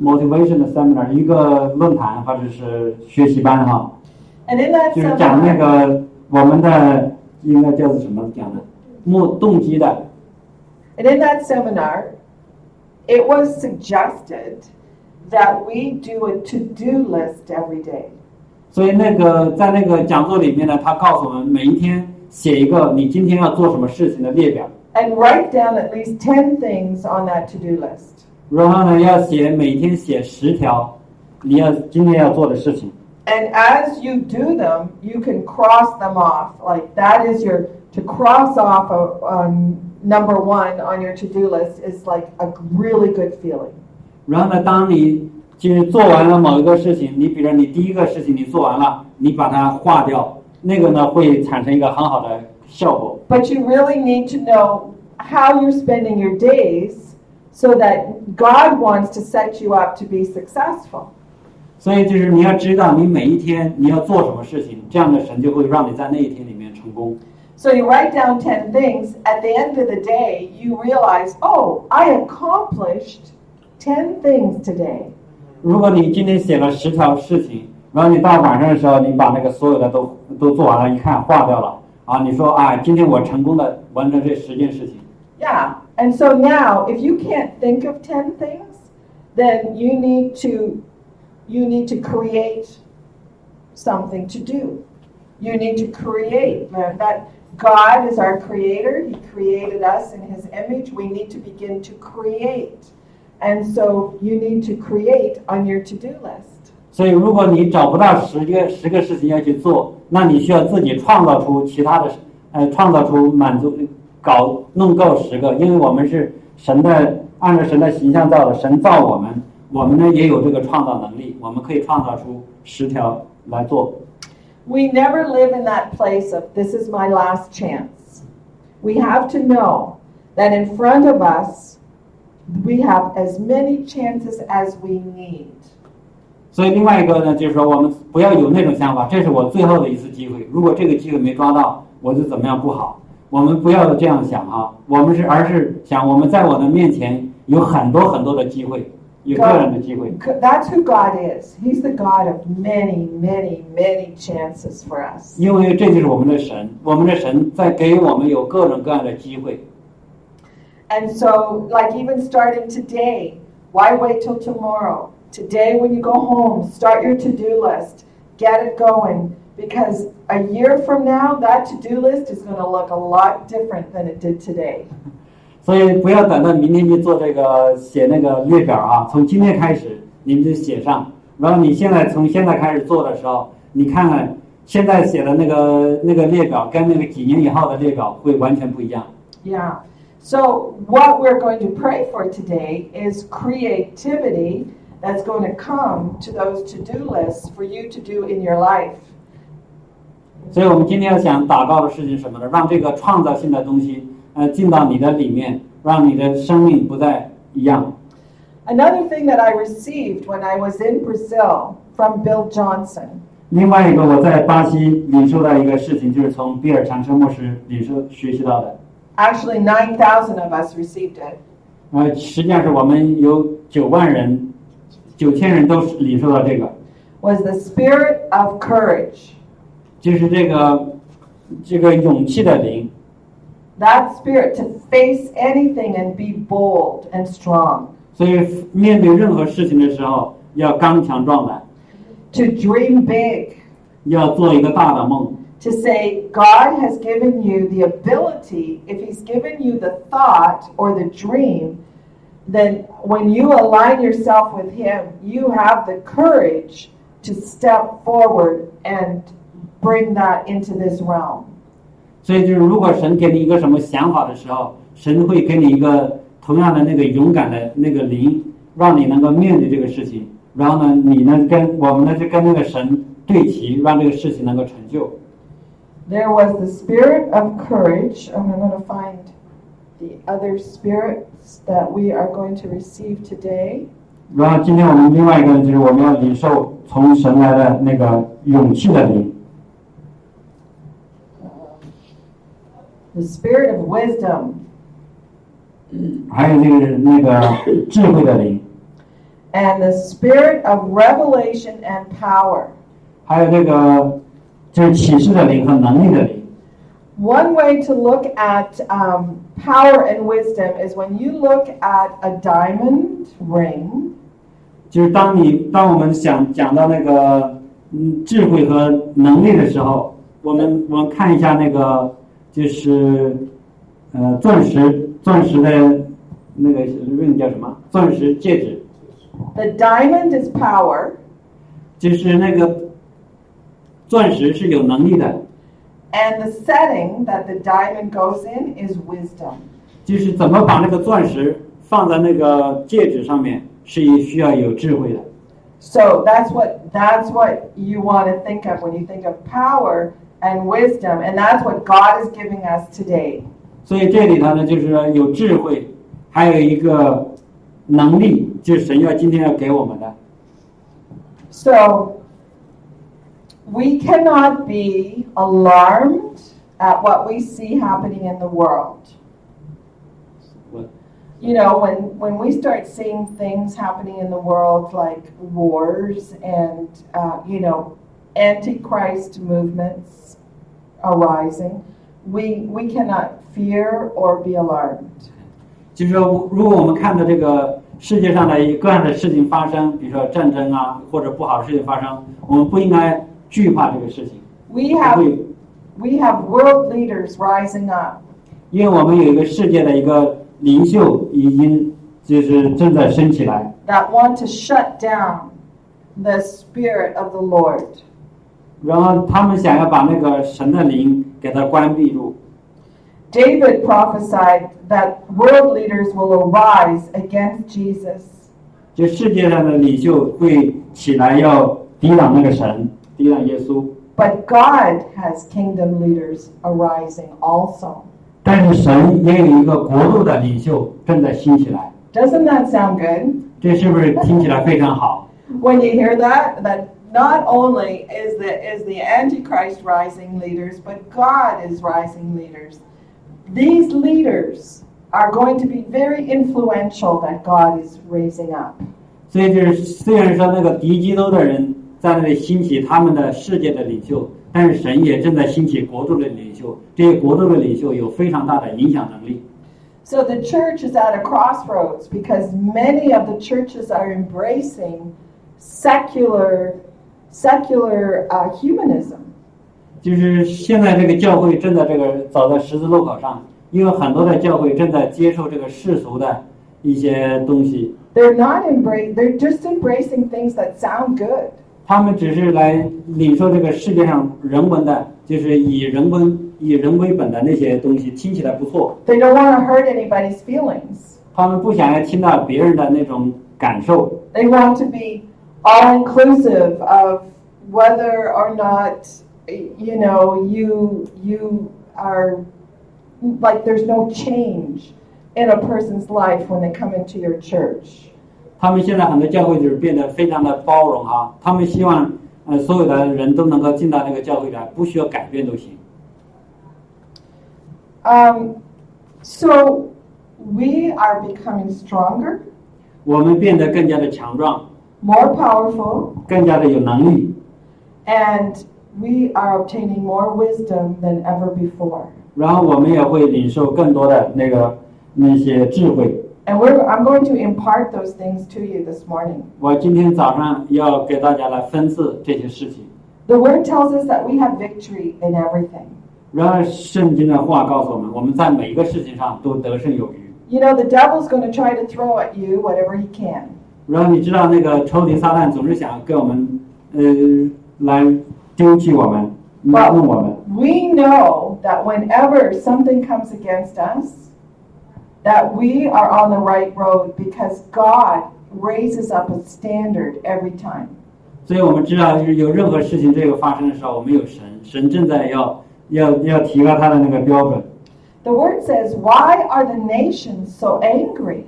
motivation 的 seminar，一个论坛或者是学习班哈， And in that 就是讲那 seminar, 个我们的应该叫做什么讲的，目动机的。 and in that seminar, it was suggested that we do a to-do list every day. 所以那个在那个讲座里面呢，他告诉我们每一天写一个你今天要做什么事情的列表， and write down at least 10 things on that to do list. 然后呢要写每天写十条你要今天要做的事情。 And as you do them, you can cross them off. Like that is your, to cross off a, um, number one on your to do list is like a really good feeling. 然后呢，当你就是做完了某一个事情，你比如说你第一个事情你做完了，你把它划掉，那个呢会产生一个很好的效果。 But you really need to know how you're spending your days so that God wants to set you up to be successful. 所以就是你要知道你每一天你要做什么事情，这样的神就会让你在那一天里面成功。 So you write down 10 things. At the end of the day, you realize, oh, I accomplished 10 things today. 如果你今天写了十条事情，然后你到晚上的时候，你把那个所有的都都做完了，一看划掉了啊，你说啊，今天我成功的完成这十件事情。 Yeah. And so now, if you can't think of 10 things, then you need to you need to create something to do. You need to create. Remember That God is our creator. He created us in his image. We need to begin to create. And so you need to create on your to-do list. 所以，如果你找不到十个十个事情要去做，那你需要自己创造出其他的，呃，创造出满足，搞弄够十个，因为我们是神的，按照神的形象造的，神造我们，我们呢也有这个创造能力，我们可以创造出十条来做。 We never live in that place of this is my last chance. We have to know that in front of us, we have as many chances as we need. 所以，另外一个呢，就是说我们不要有那种想法，这是我最后的一次机会，如果这个机会没抓到，我就怎么样不好。我们不要这样想啊，我们是而是想我们在我的面前有很多很多的机会，有个人的机会。 That's who God is. He's the God of many, many, many chances for us. 因为这就是我们的神，我们的神在给我们有各种各样的机会。 And so, like even starting today, why wait till tomorrow? Today, when you go home, start your to do list, get it going, because a year from now, that to do list is going to look a lot different than it did today. 所以不要等到明天去做这个写那个列表啊，从今天开始你们就写上。然后你现在从现在开始做的时候，你看看现在写的那个那个列表跟那个几年以后的列表会完全不一样。 Yeah. So, what we're going to pray for today is creativity that's going to come to those to do lists for you to do in your life. 所以我们今天要想祷告的事情是什么呢？让这个创造性的东西，呃，进到你的里面，让你的生命不再一样。 Another thing that I received when I was in Brazil from Bill Johnson 另外一个，我在巴西领受到一个事情，就是从比尔·长生牧师领受学习到的。 actually, 9,000 of us received it. 呃，实际上是我们有九万人，九千人都是领受到这个， was the spirit of courage. 就是这个这个勇气的灵， That spirit to face anything and be bold and strong, 所以面对任何事情的时候要刚强壮胆， to dream big, 要做一个大的梦。 to say, God has given you the ability, if He's given you the thought or the dream, then when you align yourself with Him, you have the courage to step forward and bring that into this realm. 所以就是如果神给你一个什么想法的时候，神会给你一个同样的那个勇敢的那个灵，让你能够面对这个事情。然后呢，你呢跟我们呢就跟那个神对齐，让这个事情能够成就。 There was the spirit of courage, and I'm going to find the other spirits that we are going to receive today. 然后今天我们另外一个就是我们要领受从神来的那个勇气的灵，Um, The spirit of wisdom 还有就是那个智慧的灵， and the spirit of revelation and power. 还有这个就是启示的灵和能力的灵。 One way to look at um, power and wisdom is when you look at a diamond ring 就是当你当我们想讲到那个嗯智慧和能力的时候，我们我们看一下那个就是呃钻石钻石的那个那个叫什么钻石戒指， the diamond is power, 就是那个钻石是有能力的。 and the setting that the diamond goes in is wisdom. 就是怎么把那个钻石放在那个戒指上面，是一需要有智慧的。 So that's what that's what you want to think of when you think of power and wisdom, and that's what God is giving us today. 所以这里头呢，就是说有智慧，还有一个能力，就是神要今天要给我们的。 So we cannot be alarmed at what we see happening in the world. 我 You know, when when we start seeing things happening in the world like wars and uh, you know antichrist movements arising, we we cannot fear or be alarmed. 就是说，如果我们看到这个世界上的一各样的事情发生，比如说战争啊，或者不好的事情发生，我们不应该惧怕这个事情， We 不 have 会， We have world leaders rising up, 因为我们有一个世界的一个领袖已经就是正在升起来。 that want to shut down the spirit of the Lord. 然后他们想要把那个神的灵给它关闭住。 David prophesied that world leaders will arise against Jesus. 就世界上的领袖会起来要抵挡那个神，抵挡耶稣。 But God has kingdom leaders arising also. 但是神也有一个国度的领袖正在兴起来， Doesn't that sound good? 这是不是听起来非常好？ When you hear that, that not only is the is the antichrist rising leaders, but God is rising leaders. These leaders are going to be very influential that God is raising up. 所以就是虽然说那个敌基督的人在那里兴起他们的世界的领袖，但是神也正在兴起国度的领袖。这些国度的领袖有非常大的影响能力。 So the church is at a crossroads because many of the churches are embracing secular secular uh, humanism. 就是现在这个教会正在这个走在十字路口上，因为很多的教会正在接受这个世俗的一些东西， They're not embracing, they're just embracing things that sound good. 他们只是来领受这个世界上人文的，就是以人文以人为本的那些东西，听起来不错。 They don't want to hurt anybody's feelings. 他们不想要听到别人的那种感受， They want to be all inclusive of whether or not you know you you are like there's no change in a person's life when they come into your church. 他们现在很多教会就是变得非常的包容啊，他们希望呃所有的人都能够进到那个教会来，不需要改变都行。 Um, so we are becoming stronger, 我们变得更加的强壮， more powerful, 更加的有能力， and we are obtaining more wisdom than ever before. 然后我们也会领受更多的那个那些智慧。 And we're, I'm going to impart those things to you this morning. 我今天早上要给大家来分赐这些事情。 The word tells us that we have victory in everything. 然而，圣经的话告诉我们，我们在每一个事情上都得胜有余。 You know, the devil's going to try to throw at you whatever he can. 然后你知道那个仇敌撒旦总是想跟我们，呃，来丢弃我们，弄弄我们。 We know that whenever something comes against us, that we are on the right road because God raises up a standard every time. 所以我们知道，就是有任何事情这个发生的时候，我们有神，神正在要要要提高他的那个标准。 The word says, Why are the nations so angry?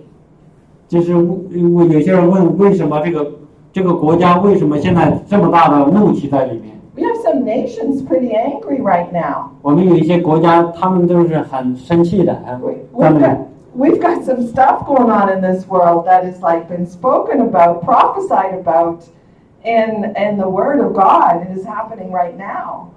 就是我有些人问，为什么这个这个国家为什么现在这么大的怒气在里面？ We have some nations pretty angry right now. 我们有一些国家，他们都是很生气的，很 We- 他 We've 们 got, we've got some stuff going on in this world that is like been spoken about, prophesied about, and and the word of God it is happening right now.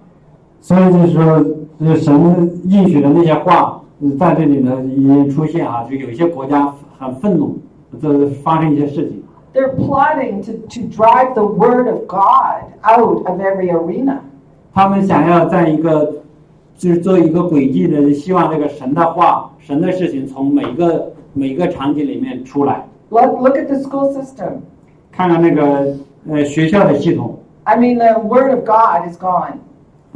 所以就是说，就是神应许的那些话，在这里呢已经出现啊，就有些国家很愤怒，这发生一些事情。 They're plotting to, to drive the word of God out of every arena. 他们想要在一个就是做一个轨迹的，希望这个神的话、神的事情从每一个每一个场景里面出来。 Look, look at the school system. 看看那个呃学校的系统， I mean, the word of God is gone.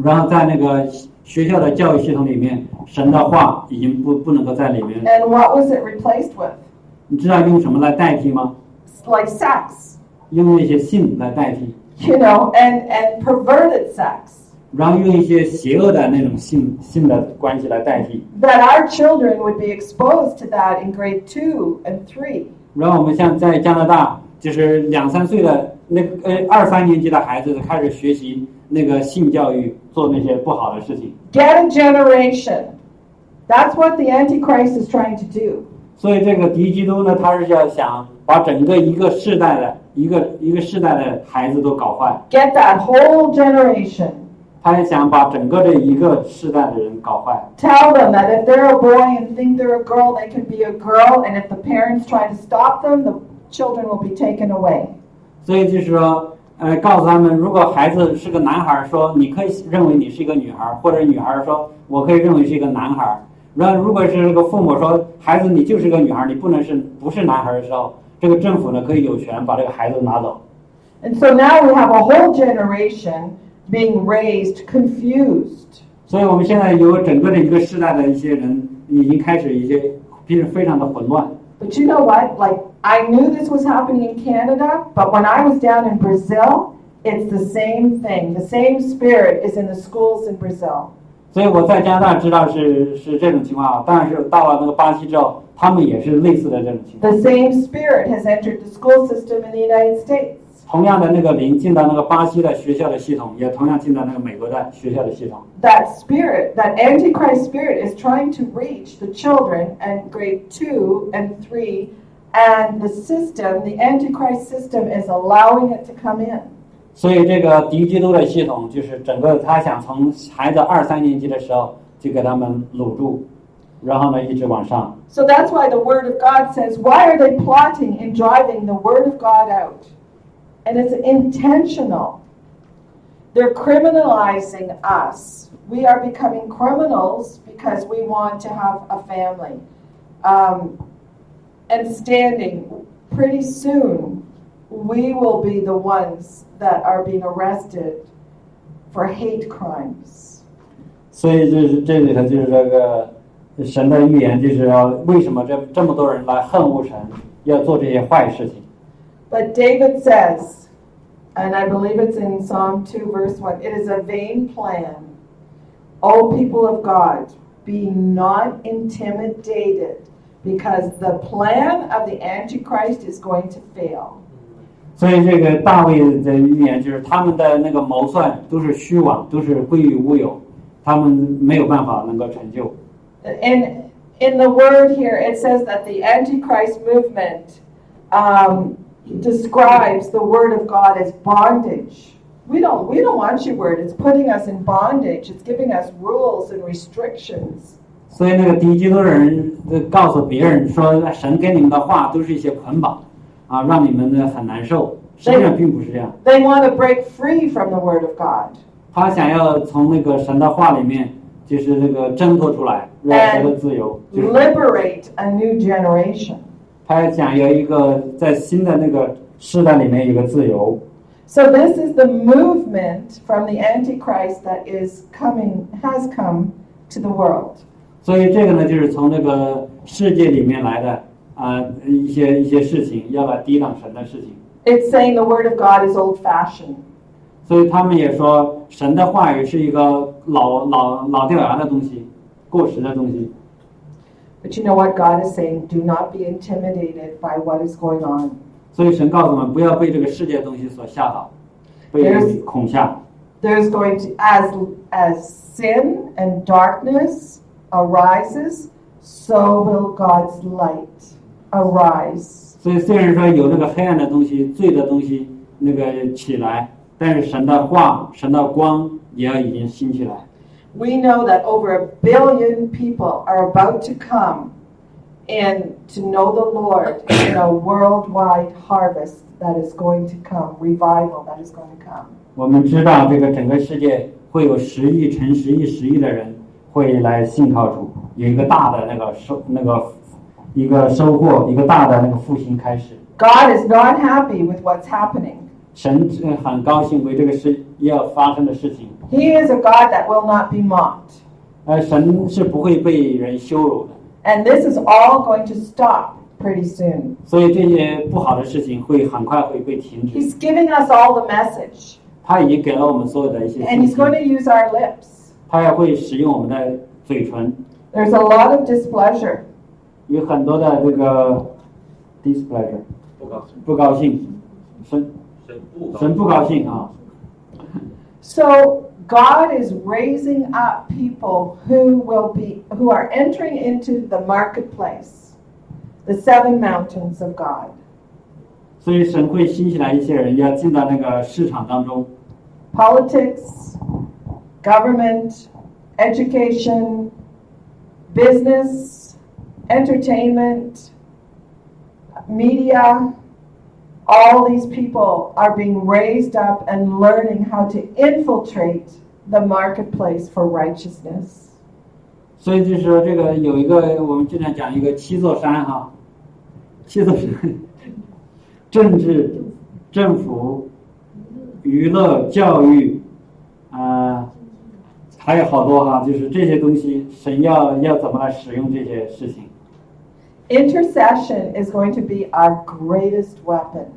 然后在那个学校的教育系统里面，神的话已经不不能够在里面。 And what was it replaced with? 你知道用什么来代替吗？ It's Like sex, 用那些性来代替， you know, and and perverted sex 然后用一些邪恶的那种性性的关系来代替。 that our children would be exposed to that in grade two and three. 然后我们像在加拿大，就是两三岁的那个呃二三年级的孩子开始学习那个性教育，做那些不好的事情。 Get a generation. That's what the Antichrist is trying to do. 所以这个敌基督呢，他是要想把整个一个世代的一个一个世代的孩子都搞坏， Get that whole generation. 他也想把整个这一个世代的人搞坏。 Tell them that if they're a boy and think they're a girl, they can be a girl, and if the parents try to stop them, the children will be taken away. 所以就是说，呃，告诉他们，如果孩子是个男孩儿，说你可以认为你是一个女孩儿，或者女孩儿说我可以认为是一个男孩儿。然后如果是个父母说孩子你就是个女孩儿，你不能是不是男孩儿的时候，这个政府呢可以有权把这个孩子拿走。 And so now we have a whole generation being raised confused. 所以我们现在有整个的一个世代的一些人已经开始一些，变得非常的混乱。 But you know what? Like, I knew this was happening in Canada, but when I was down in Brazil, it's the same thing. The same spirit is in the schools in Brazil. 所以我在加拿大知道是是这种情况啊，但是到了那个巴西之后，他们也是类似的这种情况。 The same spirit has entered the school system in the United States. 同样的那个零进到那个巴西的学校的系统，也同样进到那个美国的学校的系统。 That spirit, that Antichrist spirit, is trying to reach the children at grade two and three, and the system, the Antichrist system, is allowing it to come in. 所以这个敌基督的系统就是整个他想从孩子二三年级的时候就给他们掳住，然后呢一直往上。 So that's why the Word of God says, Why are they plotting and driving the Word of God out? And it's intentional. They're criminalizing us. We are becoming criminals because we want to have a family. Um, and standing, pretty soon, we will be the ones that are being arrested for hate crimes. 所以这是这里头就是这个神的预言，就是要为什么这这么多人来恨恶神，要做这些坏事情。 But David says, and I believe it's in Psalm 2, verse 1 it is a vain plan. O people of God, be not intimidated, because the plan of the Antichrist is going to fail. 所以这个大卫的预言就是他们的那个谋算都是虚妄，都是归于无有，他们没有办法能够成就。 In, in the word here, it says that the Antichrist movement um, describes the word of God as bondage. We don't, we don't want your word. It's putting us in bondage. It's giving us rules and restrictions. 所以那个敌基督人呃告诉别人说，神给你们的话都是一些捆绑，啊，让你们呢很难受。实际上并不是这样， They want to break free from the word of God. 他想要从那个神的话里面，就是那个挣脱出来，让得到自由，就是。 liberate a new generation. 他想要一个在新的那个时代里面有个自由， So this is the movement from the Antichrist that is coming, has come to the world. 所以这个呢就是从那个世界里面来的啊、一些一些事情要来抵挡神的事情， It's saying the word of God is old-fashioned. 所以他们也说神的话语是一个老老老掉牙的东西，过时的东西。 But you know what God is saying? Do not be intimidated by what is going on. 所以神告诉我们，不要被这个世界的东西所吓倒，被 Yes. 恐吓。 There's going to as as sin and darkness arises, so will God's light arise. 所以虽然说有那个黑暗的东西、罪的东西那个起来，但是神的话、神的光也要已经兴起来。 We know that over a billion people are about to come and to know the Lord in a worldwide harvest that is going to come, revival that is going to come. 我们知道这个整个世界会有十亿乘十亿十亿的人会来信靠主，有一个大的那个收那个一个收获，一个大的那个复兴开始。 God is not happy with what's happening. 神呃很高兴为这个事要发生的事情， He is a God that will not be mocked. 而神是不会被人羞辱的， And this is all going to stop pretty soon. 所以这些不好的事情会很快会被停止。 He's giving us all the message, 他已经给了我们所有的一些 and 信 He's 息， going to use our lips. 他也会使用我们的嘴唇， There's a lot of displeasure. 有很多的这个 displeasure 不高兴，不高兴，神神不高兴神不高兴啊。 So God is raising up people who will be who are entering into the marketplace, the seven mountains of God. 所以神会兴起来一些人，要进到那个市场当中， Politics, government, education, business, entertainment, media, all these people are being raised up and learning how to infiltrate the marketplace for righteousness. 所以就是说这个有一个我们经常讲一个七座山哈、七座山，政治、政府、娱乐、教育，啊、还有好多哈、就是这些东西，神要要怎么来使用这些事情？ Intercession is going to be our greatest weapon.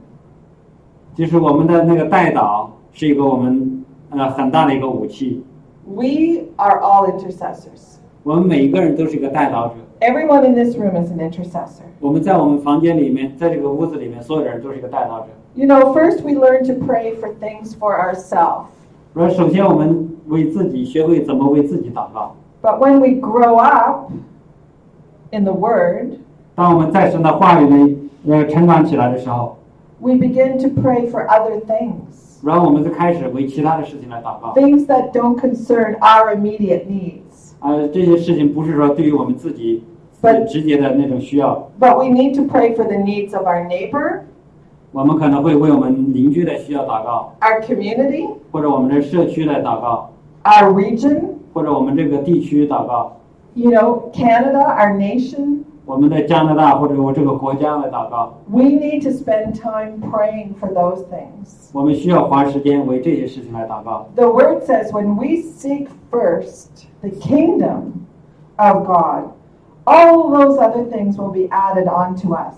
就是我们的那个代祷是一个我们呃很大的一个武器， We are all intercessors. 我们每一个人都是一个代祷者。 Everyone in this room is an intercessor. 我们在我们房间里面，在这个屋子里面，所有人都是一个带道者。 You know, first we learn to pray for things for ourselves. 说，首先我们为自己学会怎么为自己祷告。 But when we grow up in the Word, 当我们在神的话语里呃成长起来的时候， we begin to pray for other things, 然后我们就开始为其他的事情来祷告。 things that don't concern our immediate needs. 呃，这些事情不是说对于我们自己对直接的那种需要， But we need to pray for the needs of our neighbor, 我们可能会为我们邻居的需要祷告， our community, 或者我们这社区来祷告， our region, 或者我们这个地区祷告， you know, Canada, our nation. 我们在加拿大或者我这个国家来祷告。 We need to spend time praying for those things. 我们需要花时间为这些事情来祷告。 The word says when we seek first the kingdom of God, all those other things will be added onto us.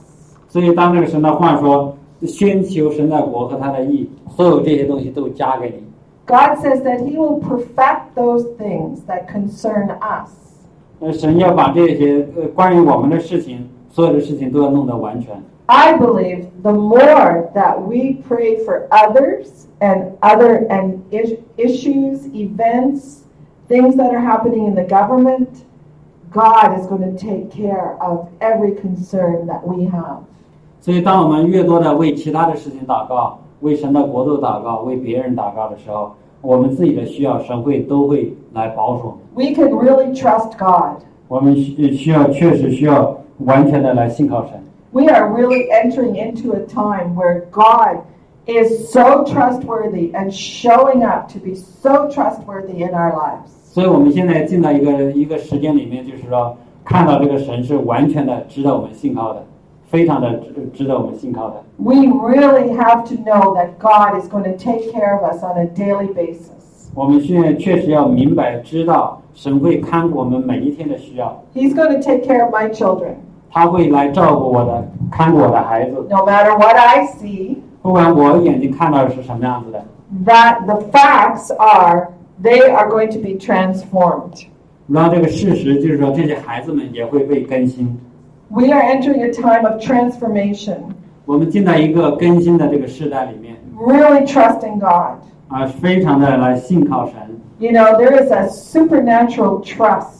所以，当这个神的话说“先求神的国和他的义”，所有这些东西都加给你。 God says that he will perfect those things that concern us. 呃，神要把这些呃关于我们的事情，所有的事情都要弄得完全。 I believe the more that we pray for others and other and is- issues, events, things that are happening in the government, God is going to take care of every concern that we have. 所以，当我们越多的为其他的事情祷告，为神的国度祷告，为别人祷告的时候，我们自己的需要，神会都会来保守我们。 We can really trust God. 我们需需要确实需要完全的来信靠神。 We are really entering into a time where God is so trustworthy and showing up to be so trustworthy in our lives. 所以我们现在进到一个一个时间里面，就是说看到这个神是完全的值得我们信靠的，非常的值值得我们信靠的。 We really have to know that God is going to take care of us on a daily basis. 我们现在确实要明白知道神会看顾我们每一天的需要， He's going to take care of my children. 他会来照顾我的，看顾我的孩子， No matter what I see, 不管我眼睛看到的是什么样子的。 that the facts are they are going to be transformed. 然后这个事实就是说，这些孩子们也会被更新。 We are entering a time of transformation, 我们进到一个更新的这个时代里面 really trusting God. 啊，非常的来信靠神， You know, there is a supernatural trust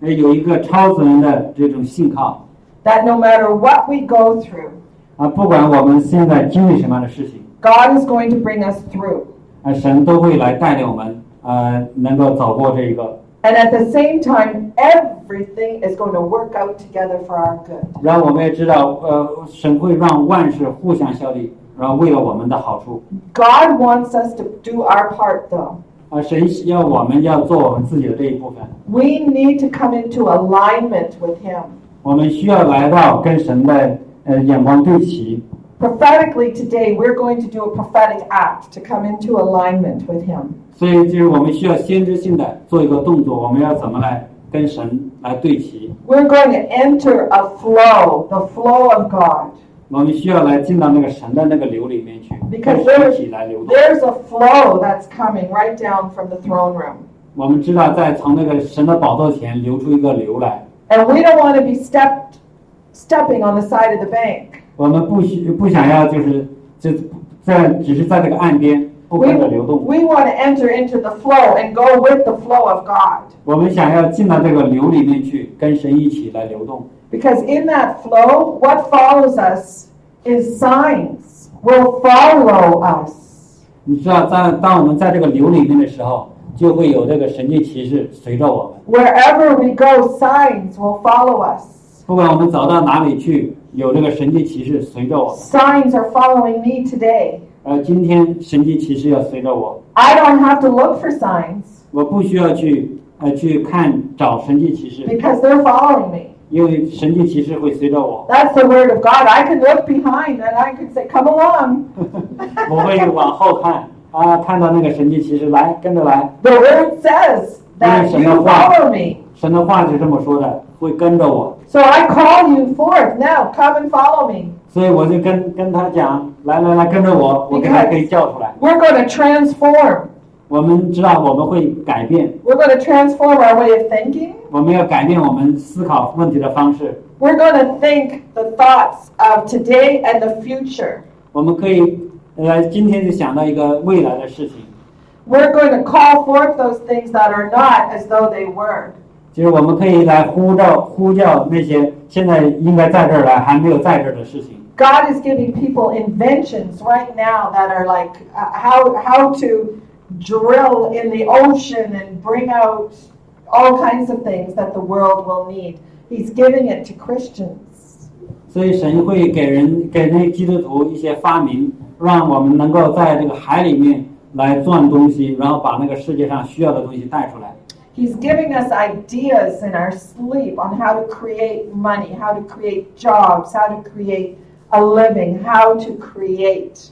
呃有一个超自然的这种信靠。 that no matter what we go through, 啊，不管我们现在经历什么样的事情， God is going to bring us through. 啊，神都会来带领我们，呃，能够走过这一个。 And at the same time, everything is going to work out together for our good. 然后我们也知道，呃，神会让万事互相效力，然后为了我们的好处。 God wants us to do our part, though. 啊，神要我们要做我们自己的这一部分， We need to come into alignment with Him. 我们需要来到跟神的呃眼光对齐。 Prophetically, today, we're going to do a prophetic act to come into alignment with Him. 所以就是我们需要先知性的做一个动作，我们要怎么来跟神来对齐？ We're going to enter a flow, the flow of God. 我们需要来进到那个神的那个流里面去，跟 Because 神一起来流动。 There's a flow that's coming right down from the throne room. 我们知道，在从那个神的宝座前流出一个流来， And we don't want to be stepped, stepping on the side of the bank. 我们不需不想要就是就在只是在这个岸边不 We, 跟着流动， we want to enter into the flow and go with the flow of God. 我们想要进到这个流里面去，跟神一起来流动。 Because in that flow, what follows us is signs will follow us. 你知道，在当我们在这个流里面的时候，就会有这个神迹骑士随着我们， Wherever we go, signs will follow us. 不管我们走到哪里去，有这个神迹骑士随着我们。 Signs are following me today. 呃，今天神迹骑士要随着我， I don't have to look for signs 我不需要去呃去看找神迹骑士， because they're following me. 因为神迹骑士会随着我。 That's the word of God. I can look behind and I can say, Come along. 我会往后看啊，看到那个神迹骑士来，跟着来。 The word says that Yes, and you the flow. follow me. 神的话就这么说的，会跟着我， So I call you forth now. Come and follow me. 所以我就跟跟他讲，来来来，跟着我，我给他可以叫出来。 We're going to transform. 我们知道我们会改变， We're going to transform our way of thinking. 我们要改变我们思考问题的方式。 We're going to think the thoughts of today and the future. 我们可以来今天就想到一个未来的事情， We're going to call forth those things that are not as though they were. 就是我们可以来呼召呼叫那些现在应该在这儿来还没有在这儿的事情。 God is giving people inventions right now that are like uh, how how to drill in the ocean and bring out all kinds of things that the world will need. He's giving it to Christians. 所以神会给人给那基督徒一些发明，让我们能够在这个海里面来赚东西，然后把那个世界上需要的东西带出来。 He's giving us ideas in our sleep on how to create money, how to create jobs, how to create a living, how to create.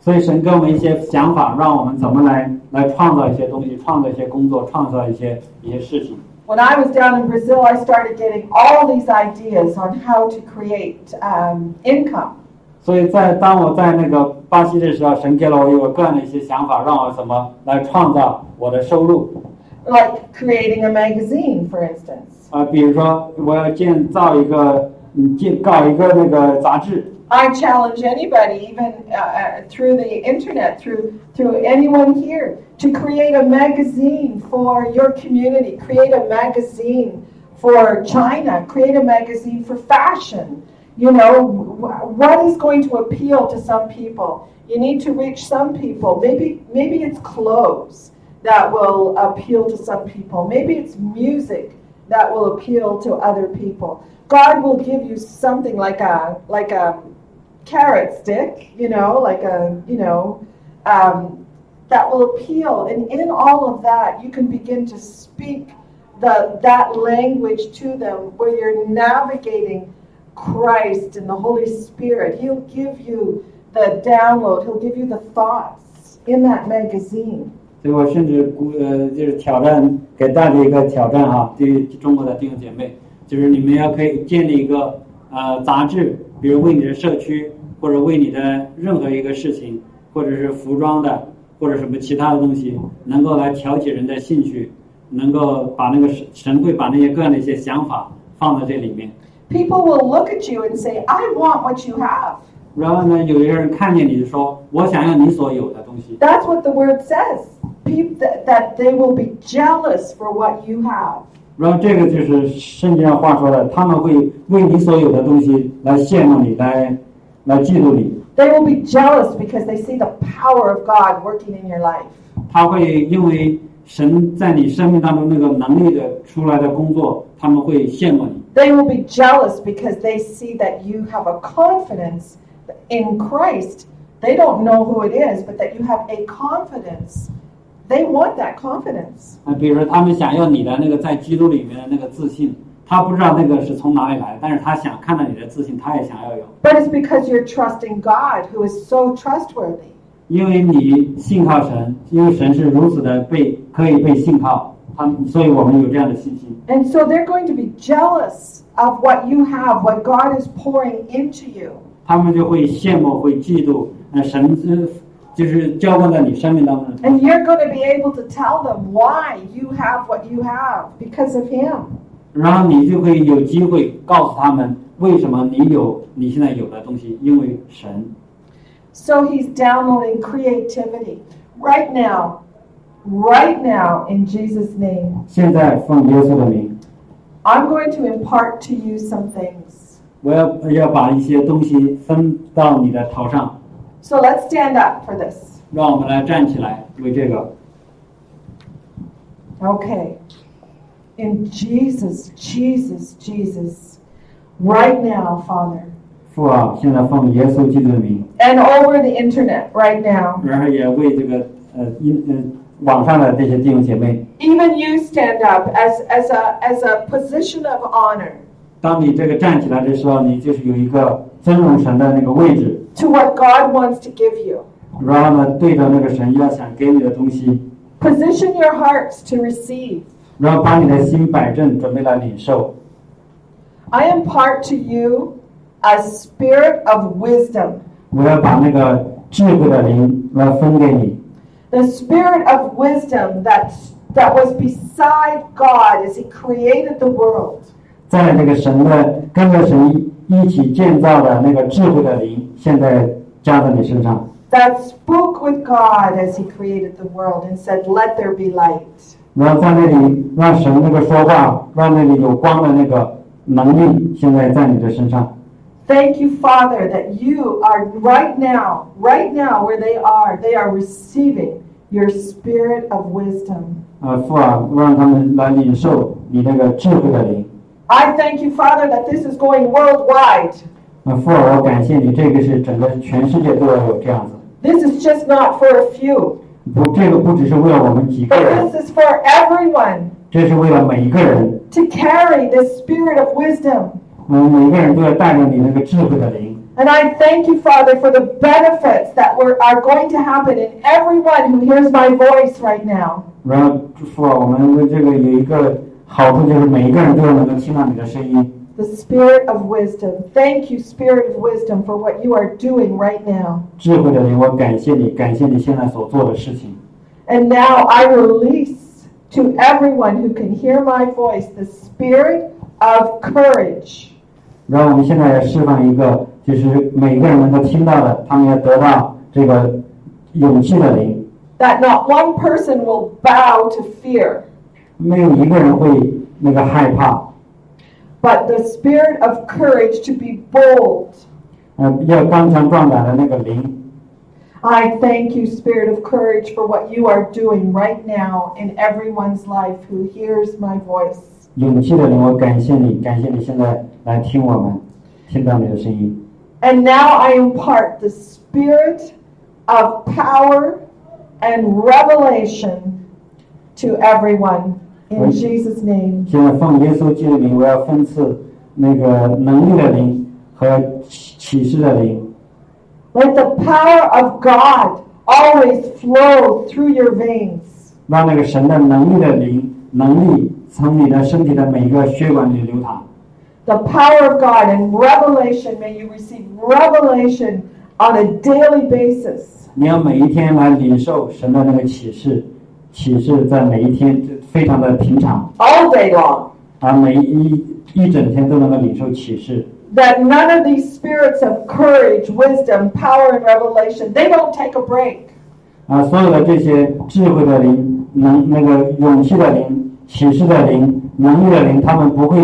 所以神给我们一些想法，让我们怎么来来创造一些东西，创造一些工作，创造一些一些事情。 When I was down in Brazil, I started getting all these ideas on how to create um, income. 所以在当我在那个巴西的时候，神给了我有各样的一些想法，让我怎么来创造我的收入。 like creating a magazine, for instance. 啊、比如说我要建造一个，嗯，建搞一个那个杂志。 I challenge anybody, even uh, uh, through the internet, through through anyone here, to create a magazine for your community. Create a magazine for China. Create a magazine for fashion. You know, wh- what is going to appeal to some people? You need to reach some people. Maybe maybe it's clothes that will appeal to some people. Maybe it's music that will appeal to other people. God will give you something like a like a carrot stick, you know, like a you know um, that will appeal, and in all of that, you can begin to speak the that language to them, where you're navigating Christ and the Holy Spirit. He'll give you the download. He'll give you the thoughts in that magazine. 所以我甚至鼓呃，就是挑战给大家一个挑战哈，对于中国的弟兄姐妹，就是你们要可以建立一个呃杂志，比如为你的社区，或者为你的任何一个事情，或者是服装的，或者什么其他的东西，能够来挑起人的兴趣，能够把那个神神会把那些各样的一些想法放在这里面。 People will look at you and say, "I want what you have." 然后呢，有一些人看见你就说，我想要你所有的东西。 That's what the word says. People that, that they will be jealous for what you have. 然后这个就是圣经上话说的，他们会为你所有的东西来羡慕你，来来嫉妒你。 They will be jealous because they see the power of God working in your life. 他会因为神在你生命当中那个能力的出来的工作，他们会羡慕你。 They will be jealous because they see that you have a confidence in Christ. They don't know who it is, but that you have a confidence. They want that confidence. 啊，比如说他们想要你的那个在基督里面的那个自信，他不知道那个是从哪里来，但是他想看到你的自信，他也想要有， But it's because you're trusting God, who is so trustworthy. 因为你信靠神，因为神是如此的被可以被信靠，他们，所以我们有这样的信心。 And so they're going to be jealous of what you have, what God is pouring into you. 他们就会羡慕、会嫉妒，呃，神之就是浇灌在你生命当中的东 And 西。 you're going to be able to tell them why you have what you have because of Him. 然后你就会有机会告诉他们为什么你有你现在有的东西，因为神。 So He's downloading creativity right now, right now, in Jesus' name. 现在奉耶稣的名， I'm going to impart to you some things. 我要要把一些东西分到你的头上， So let's stand up for this. 让我们来站起来为这个。 Okay. In Jesus, Jesus, Jesus, right now, Father, 父啊，现在奉耶稣基督的名， and over the internet right now. 然后也为这个呃因呃网上的这些弟兄姐妹， Even you stand up as, as, a, as a position of honor. 当你这个站起来的时候，你就是有一个尊荣神的那个位置。 to what God wants to give you. 然后呢，对着那个神要想给你的东西， Position your hearts to receive. 然后把你的心摆正，准备来领受。 I impart to you a spirit of wisdom. 我要把那个智慧的灵来分给你， The spirit of wisdom that, that was beside God as He created the world. 在那个神的跟着神一一起建造的那个智慧的灵，现在加在你身上。 That spoke with God as He created the world and said, Let there be light. 然后在那里让神那个说话，让那里有光的那个能力，现在在你的身上。 Thank you, Father, that you are right now, right now where they are, they are receiving your spirit of wisdom. 呃，父啊，让他们来领受你那个智慧的灵。 I thank you, Father, that this is going worldwide. 呃，父啊，我感谢你，这个是整个全世界都要有这样子。 This is just not for a few. 不，这个不只是为了我们几个 But 人， this is for everyone 这是为了每一个人。 to carry the spirit of wisdom. 我们每个人都要带着你那个智慧的灵。 And I thank you, Father, for the benefits that were, are going to happen in everyone who hears my voice right now. 然后父啊，我们的这个有一个好处就是每一个人都能够听到你的声音。 The spirit of wisdom. Thank you, spirit of wisdom, for what you are doing right now. 智慧的灵，我感谢你，感谢你现在所做的事情。 And now I release to everyone who can hear my voice the spirit of courage. 然后我们现在也释放一个，就是每个人能够听到的，他们要得到这个勇气的灵。 that not one person will bow to fear, 没有一个人会那个害怕， but the spirit of courage to be bold. 呃，要刚强壮胆的那个灵。 I thank you, Spirit of Courage, for what you are doing right now in everyone's life who hears my voice. 勇气的灵，我感谢你，感谢你现在来听我们，听到你的声音。 And now I impart the spirit of power and revelation to everyone in Right. Jesus' name. 现在奉耶稣基督的名，我要分赐那个能力的灵和启启示的灵， Let the power of God always flow through your veins. 让那个神的能力的灵能力从你的身体的每一个血管里流淌。 the power of God and revelation. May you receive revelation on a daily basis. 你要每一天来领受神的那个启示，启示在每一天就非常的平常 All day long. 啊，每一一整天都能够领受启示。 That none of these spirits of courage, wisdom, power, and revelation, they don't take a break. 啊，所有的这些智慧的灵、能那个勇气的灵、启示的灵、能力的灵，他们不会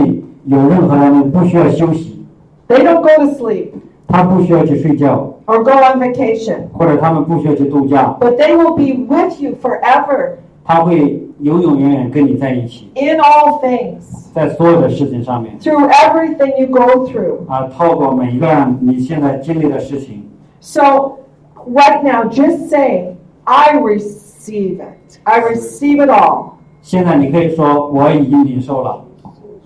有任何的那个不需要休息， They don't go to sleep 他不需要去睡觉， or go on vacation. 或者他们不需要去度假， But they will be with you forever 他会永永远远跟你在一起， in all things. 在所有的事情上面 Through everything you go through. 啊，透过每一个人你现在经历的事情， So, right now, just say, I receive it. I receive it all. 现在你可以说我已经领受了，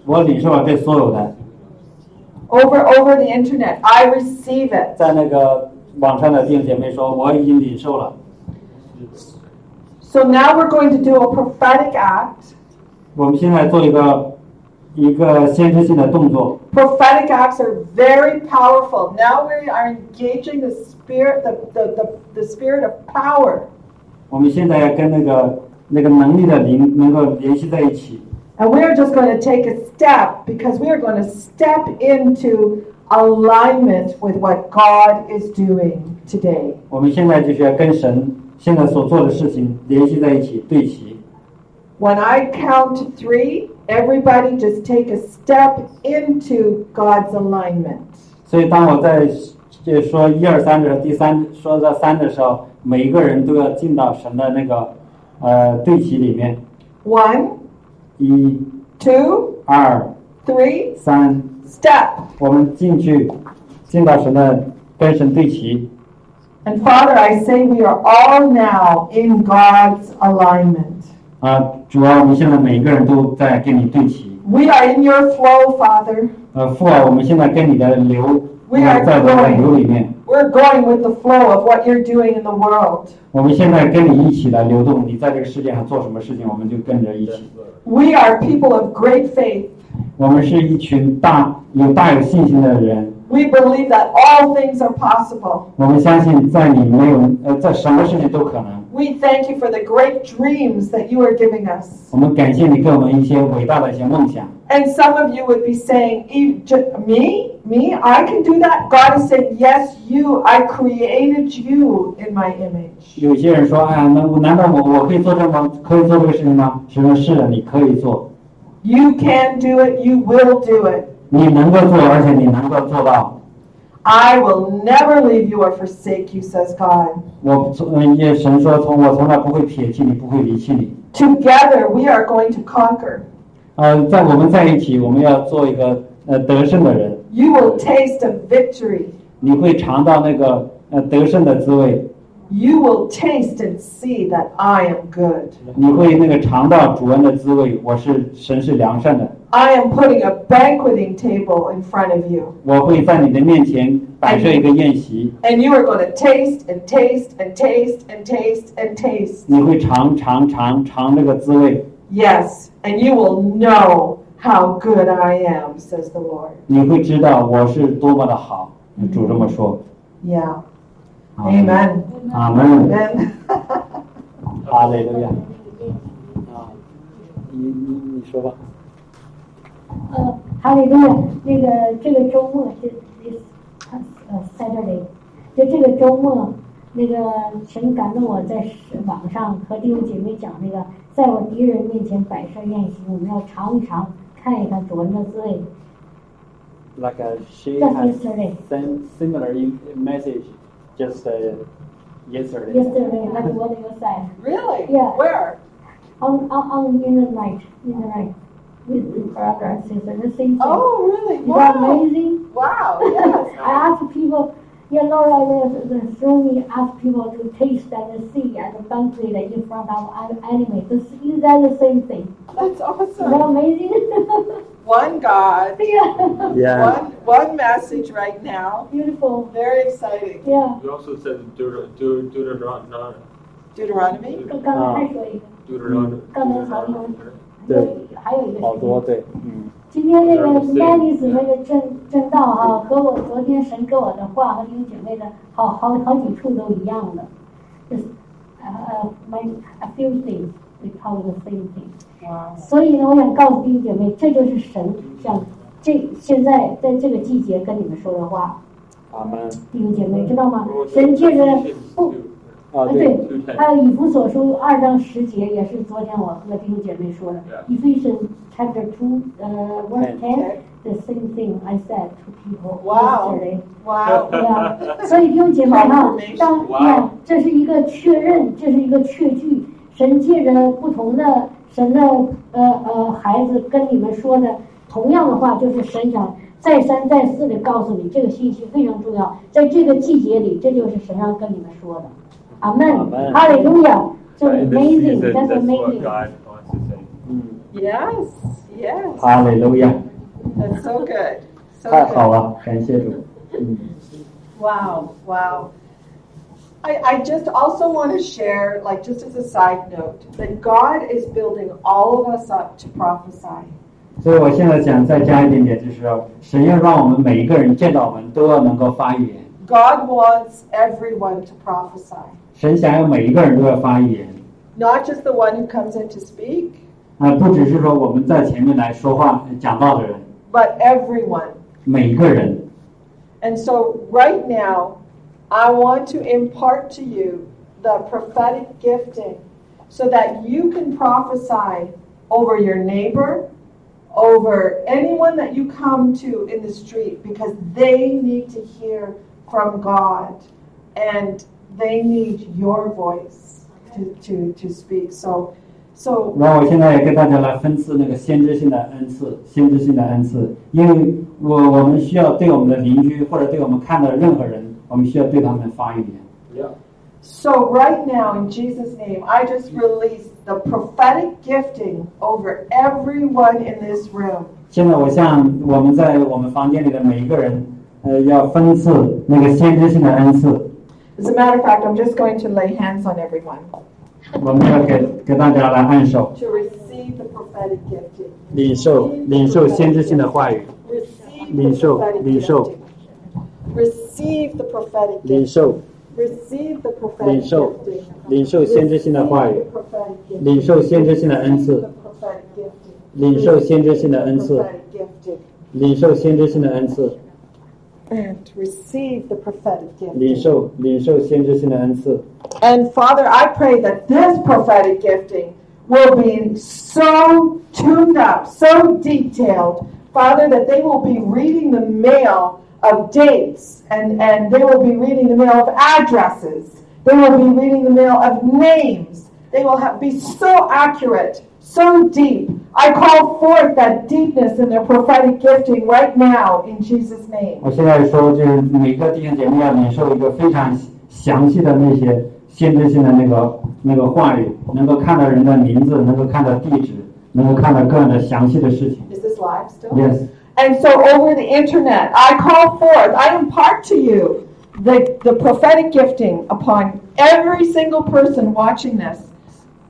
我领受了这所有的， over over the internet. I receive it. 在那个网上的弟兄姐妹说我已经领受了， So now we're going to do a prophetic act. 我们现在做一个一个先知性的动作。 Prophetic acts are very powerful. Now we are engaging the spirit, the, the, the, the spirit of power. 我们现在要跟那个那个能力的灵能够联系在一起， And we are just going to take a step because we are going to step into alignment with what God is doing today. 我们现在就是要跟神现在所做的事情联系在一起，对齐。 When I count to three, everybody just take a step into God's alignment. 所以当我在这说一二三的时候，第三说到三的时候，每一个人都要进到神的那个呃对齐里面， One, 一、 two, 二、 three, 三， step. 我们进去，进到神的跟神对齐。 And Father, I say we are all now in God's alignment. 啊，主啊，我们现在每一个人都在跟你对齐。 We are in your flow, Father. 呃，父啊，我们现在跟你的流， We are 呃在我们的流里面， We're going with the flow of what you're doing in the world. 我们现在跟你一起来流动。你在这个世界上做什么事情，我们就跟着一起。 We are people of great faith. 我们是一群大有大有信心的人， We believe that all things are possible. 我们相信在你没有呃，在什么事情都可能。 We thank you for the great dreams that you are giving us. 我们感谢你给我们一些伟大的一些梦想。 And some of you would be saying, "E- j- Me? Me? I can do that? God is saying, Yes, you. I created you in my image. 有些人说：“哎呀，那我难道我我可以做这么可以做这个事情吗？”神说：“是的，你可以做， You can do it. You will do it. 你能够做，而且你能够做到。 I will never leave you or forsake you, says God. 我从呃也神说从我从来不会撇弃你，不会离弃你。 Together, we are going to conquer. 呃，在我们在一起，我们要做一个呃得胜的人。 You will taste of victory. 你会尝到那个呃得胜的滋味。 you will taste and see that I am good. 你会那个尝到主恩的滋味。我是神是良善的， I am putting a banqueting table in front of you, 我会在你的面前摆设一个宴席， and you are going to taste and taste and taste and taste and taste. 你会尝尝尝尝那个滋味， Yes, and you will know how good I am, says the Lord. 你会知道我是多么的好。主这么说。 Yeah. Amen. 阿门。 Amen. 哈利路亚。啊，你你你说吧。呃，还有一个那个这个周末是 this 呃 Saturday，就这个周末，那个呃神感动我在网上和弟兄姐妹讲那个，在我敌人面前摆设宴席，我们要尝一尝，看一看主人的滋味。 Like uh, she Just has yesterday. sent similar im- message just uh, yesterday. Yesterday, like what you said, Really? Yeah. Where? on on on in the night, in the night, with the brothers and sisters, the same thing. Oh, really? Is that amazing? Wow. I ask people, you know, like the, the throwing ask people to taste and see and banquet in front of an enemy. This is that the same thing. That's Is that awesome. amazing? One God, yeah. Yeah. one one message right now. Beautiful. Very exciting. Yeah. It also says Deuter- Deut- Deuteronomy. Deuteronomy. Deut- 刚才还说一个， Deuteronomy. 刚才好像 Deuteronomy. 还有一个还有一个好事多情。对，嗯，今天这个麦丽姊妹的正正道哈、和我昨天神给我的话和弟兄姐妹的好好好几处都一样的。Just, uh, my a few things we call the same thing. Wow. 所以呢，我想告诉弟兄姐妹，这就是神想这现在在这个季节跟你们说的话，阿门。弟兄姐妹知道吗 Well,？神借着 Deuteronomy 不， too. 啊啊对，对，还有以弗所书二章十节，也是昨天我和弟兄姐妹说的。Ephesians chapter two, 呃 verse ten, Okay. the same thing I said to people Wow. yesterday. Wow. 对啊，所以弟兄姐妹哈 Confirmation，，当哇呀，这是一个确认，这是一个确据。神借着不同的神的呃呃孩子跟你们说的同样的话，就是神想再三再四的告诉你，这个信息非常重要。在这个季节里，这就是神要跟你们说的。阿阿门，门哈利路亚，这 But in this season, amazing，这 that's what amazing。 God wants to say. 嗯， Yes. Yes. 哈利路亚， That's so good. 太 So 好 good. 了，感谢主。 Wow. Wow. I, I just also want to share, like just as a side note, that God is building all of us up to prophesy. 所以我现在想再加一点点，就是神要让我们每一个人见到我们都要能够发言， God wants everyone to prophesy, 神想要每一个人都要发言 not just the one who comes in to speak, 啊、不只是说我们在前面来说话呃讲道的人， but everyone. 每一个人 And so, right now, I want to impart to you the prophetic gifting so that you can prophesy over your neighbor, over anyone that you come to in the street, because they need to hear from God and they need your voice to, to, to speak. So, so 那我现在也跟大家来分赐那个先知性的恩赐，先知性的恩赐，因为我我们需要对我们的邻居或者对我们看到的任何人，我们需要对他们发一言。 Yeah. So, right now, in Jesus' name, I just release the prophetic gifting over everyone in this room. 现在我向我们在我们房间里的每一个人，呃，要分赐那个先知性的恩赐， As a matter of fact, I'm just going to lay hands on everyone 我们要给给大家来按手， to receive the prophetic gifting. 领受领受先知性的话语， Receive the 领受 prophetic 领受 gifting. Receive the prophetic 领 gifting. 受 Receive the 领 prophetic 受 gifting. 领受先知性的话语 Receive，the prophetic gifting. 领受先知性的恩 Receive 赐 the，prophetic gifting. 领受先知性的恩赐， Prophetic gifting. 领受先知性的恩赐， And receive the prophetic gifting. 领受领受先知性的恩赐。 And Father, I pray that this prophetic gifting will be so tuned up, so detailed, Father, that they will be reading the mail of dates and, and they will be reading the mail of addresses. They will be reading the mail of names. They will have, be so accurate, so deep. I call forth that deepness in their prophetic gifting right now in Jesus' name. 我现在说，就是每个弟兄姐妹要领受一个非常详细的那些限制性的那个那个话语，能够看到人的名字，能够看到地址，能够看到各样的详细的事情。 Is this live still? Yes， And so over the internet, I call forth, I impart to you the, the prophetic gifting upon every single person watching this.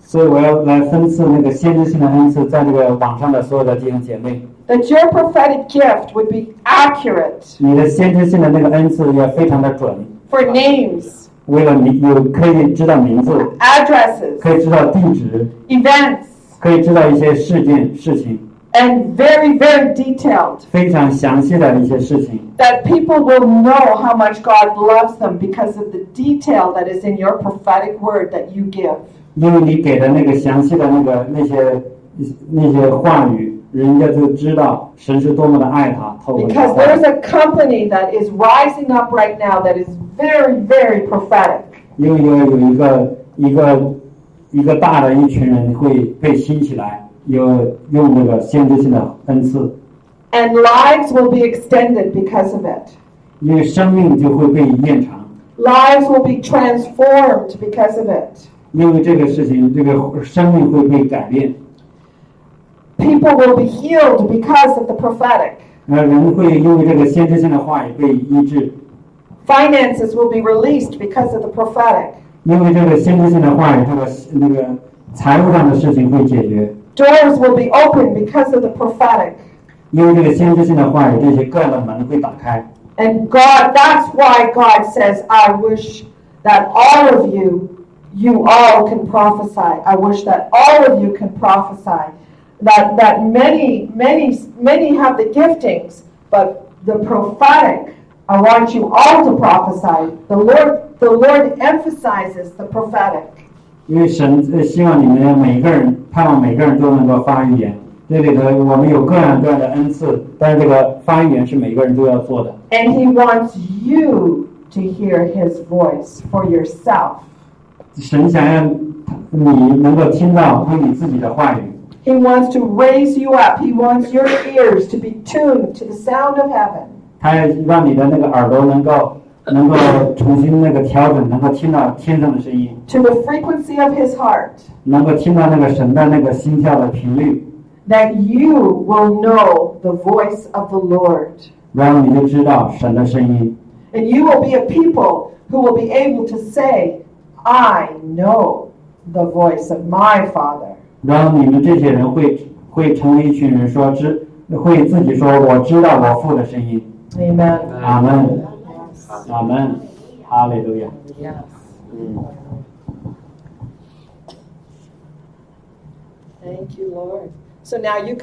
所以我要来分赐那个限制性的恩赐，在这个网上的所有的弟兄姐妹， That your prophetic gift would be accurate 你的限制性的那个恩赐要非常的准， for names, 为了你有可以知道名字， addresses, 可以知道地址， events, 可以知道一些事件事情， and very, very detailed. 非常详细的一些事情。 That people will know how much God loves them because of the detail that is in your prophetic word that you give. 因为你给的那个详细的那个那些那些话语，人家就知道神是多么的爱他。透过你的 Because 话 there's 语， a company that is rising up right now that is very, very prophetic. 因为有有一个一个一个大的一群人会被兴起来，有用这个先知性的恩赐， And lives will be extended because of it. 因为生命就会被延长。 Lives will be transformed because of it. 因为这个事情，这个生命会被改变， People will be healed because of the prophetic. 呃，人会因为这个先知性的话语被医治， Finances will be released because of the prophetic. 因为这个先知性的话语，这个那个财务上的事情会解决。 Doors will be opened because of the prophetic. 因为这个先知性的话语，这些各样的门会打开。 And God, that's why God says, I wish that all of you, you all can prophesy. I wish that all of you can prophesy. That, that many, many, many have the giftings, but the prophetic, I want you all to prophesy. The Lord, the Lord emphasizes the prophetic. 因为神呃希望你们每个人，盼望每个人都能够发预言。这里头我们有各样各样的恩赐，但是这个发预言是每个人都要做的。 And He wants you to hear His voice for yourself. 神想让你能够听到为你自己的话语， He wants to raise you up. He wants your ears to be tuned to the sound of heaven. 他要让你的那个耳朵能够能够重新那个调整，能够听到天上的声音， to the frequency of his heart, 能够听到那个神的那个心跳的频率， that you will know the voice of the Lord. 然后你就知道神的声音。 And you will be a people who will be able to say, I know the voice of my Father. 然后你们这些人会会成为一群人说知，会自己说我知道我父的声音。 Amen. 阿门，阿门，哈利路亚。 Yes. 嗯， Thank you, Lord. So now you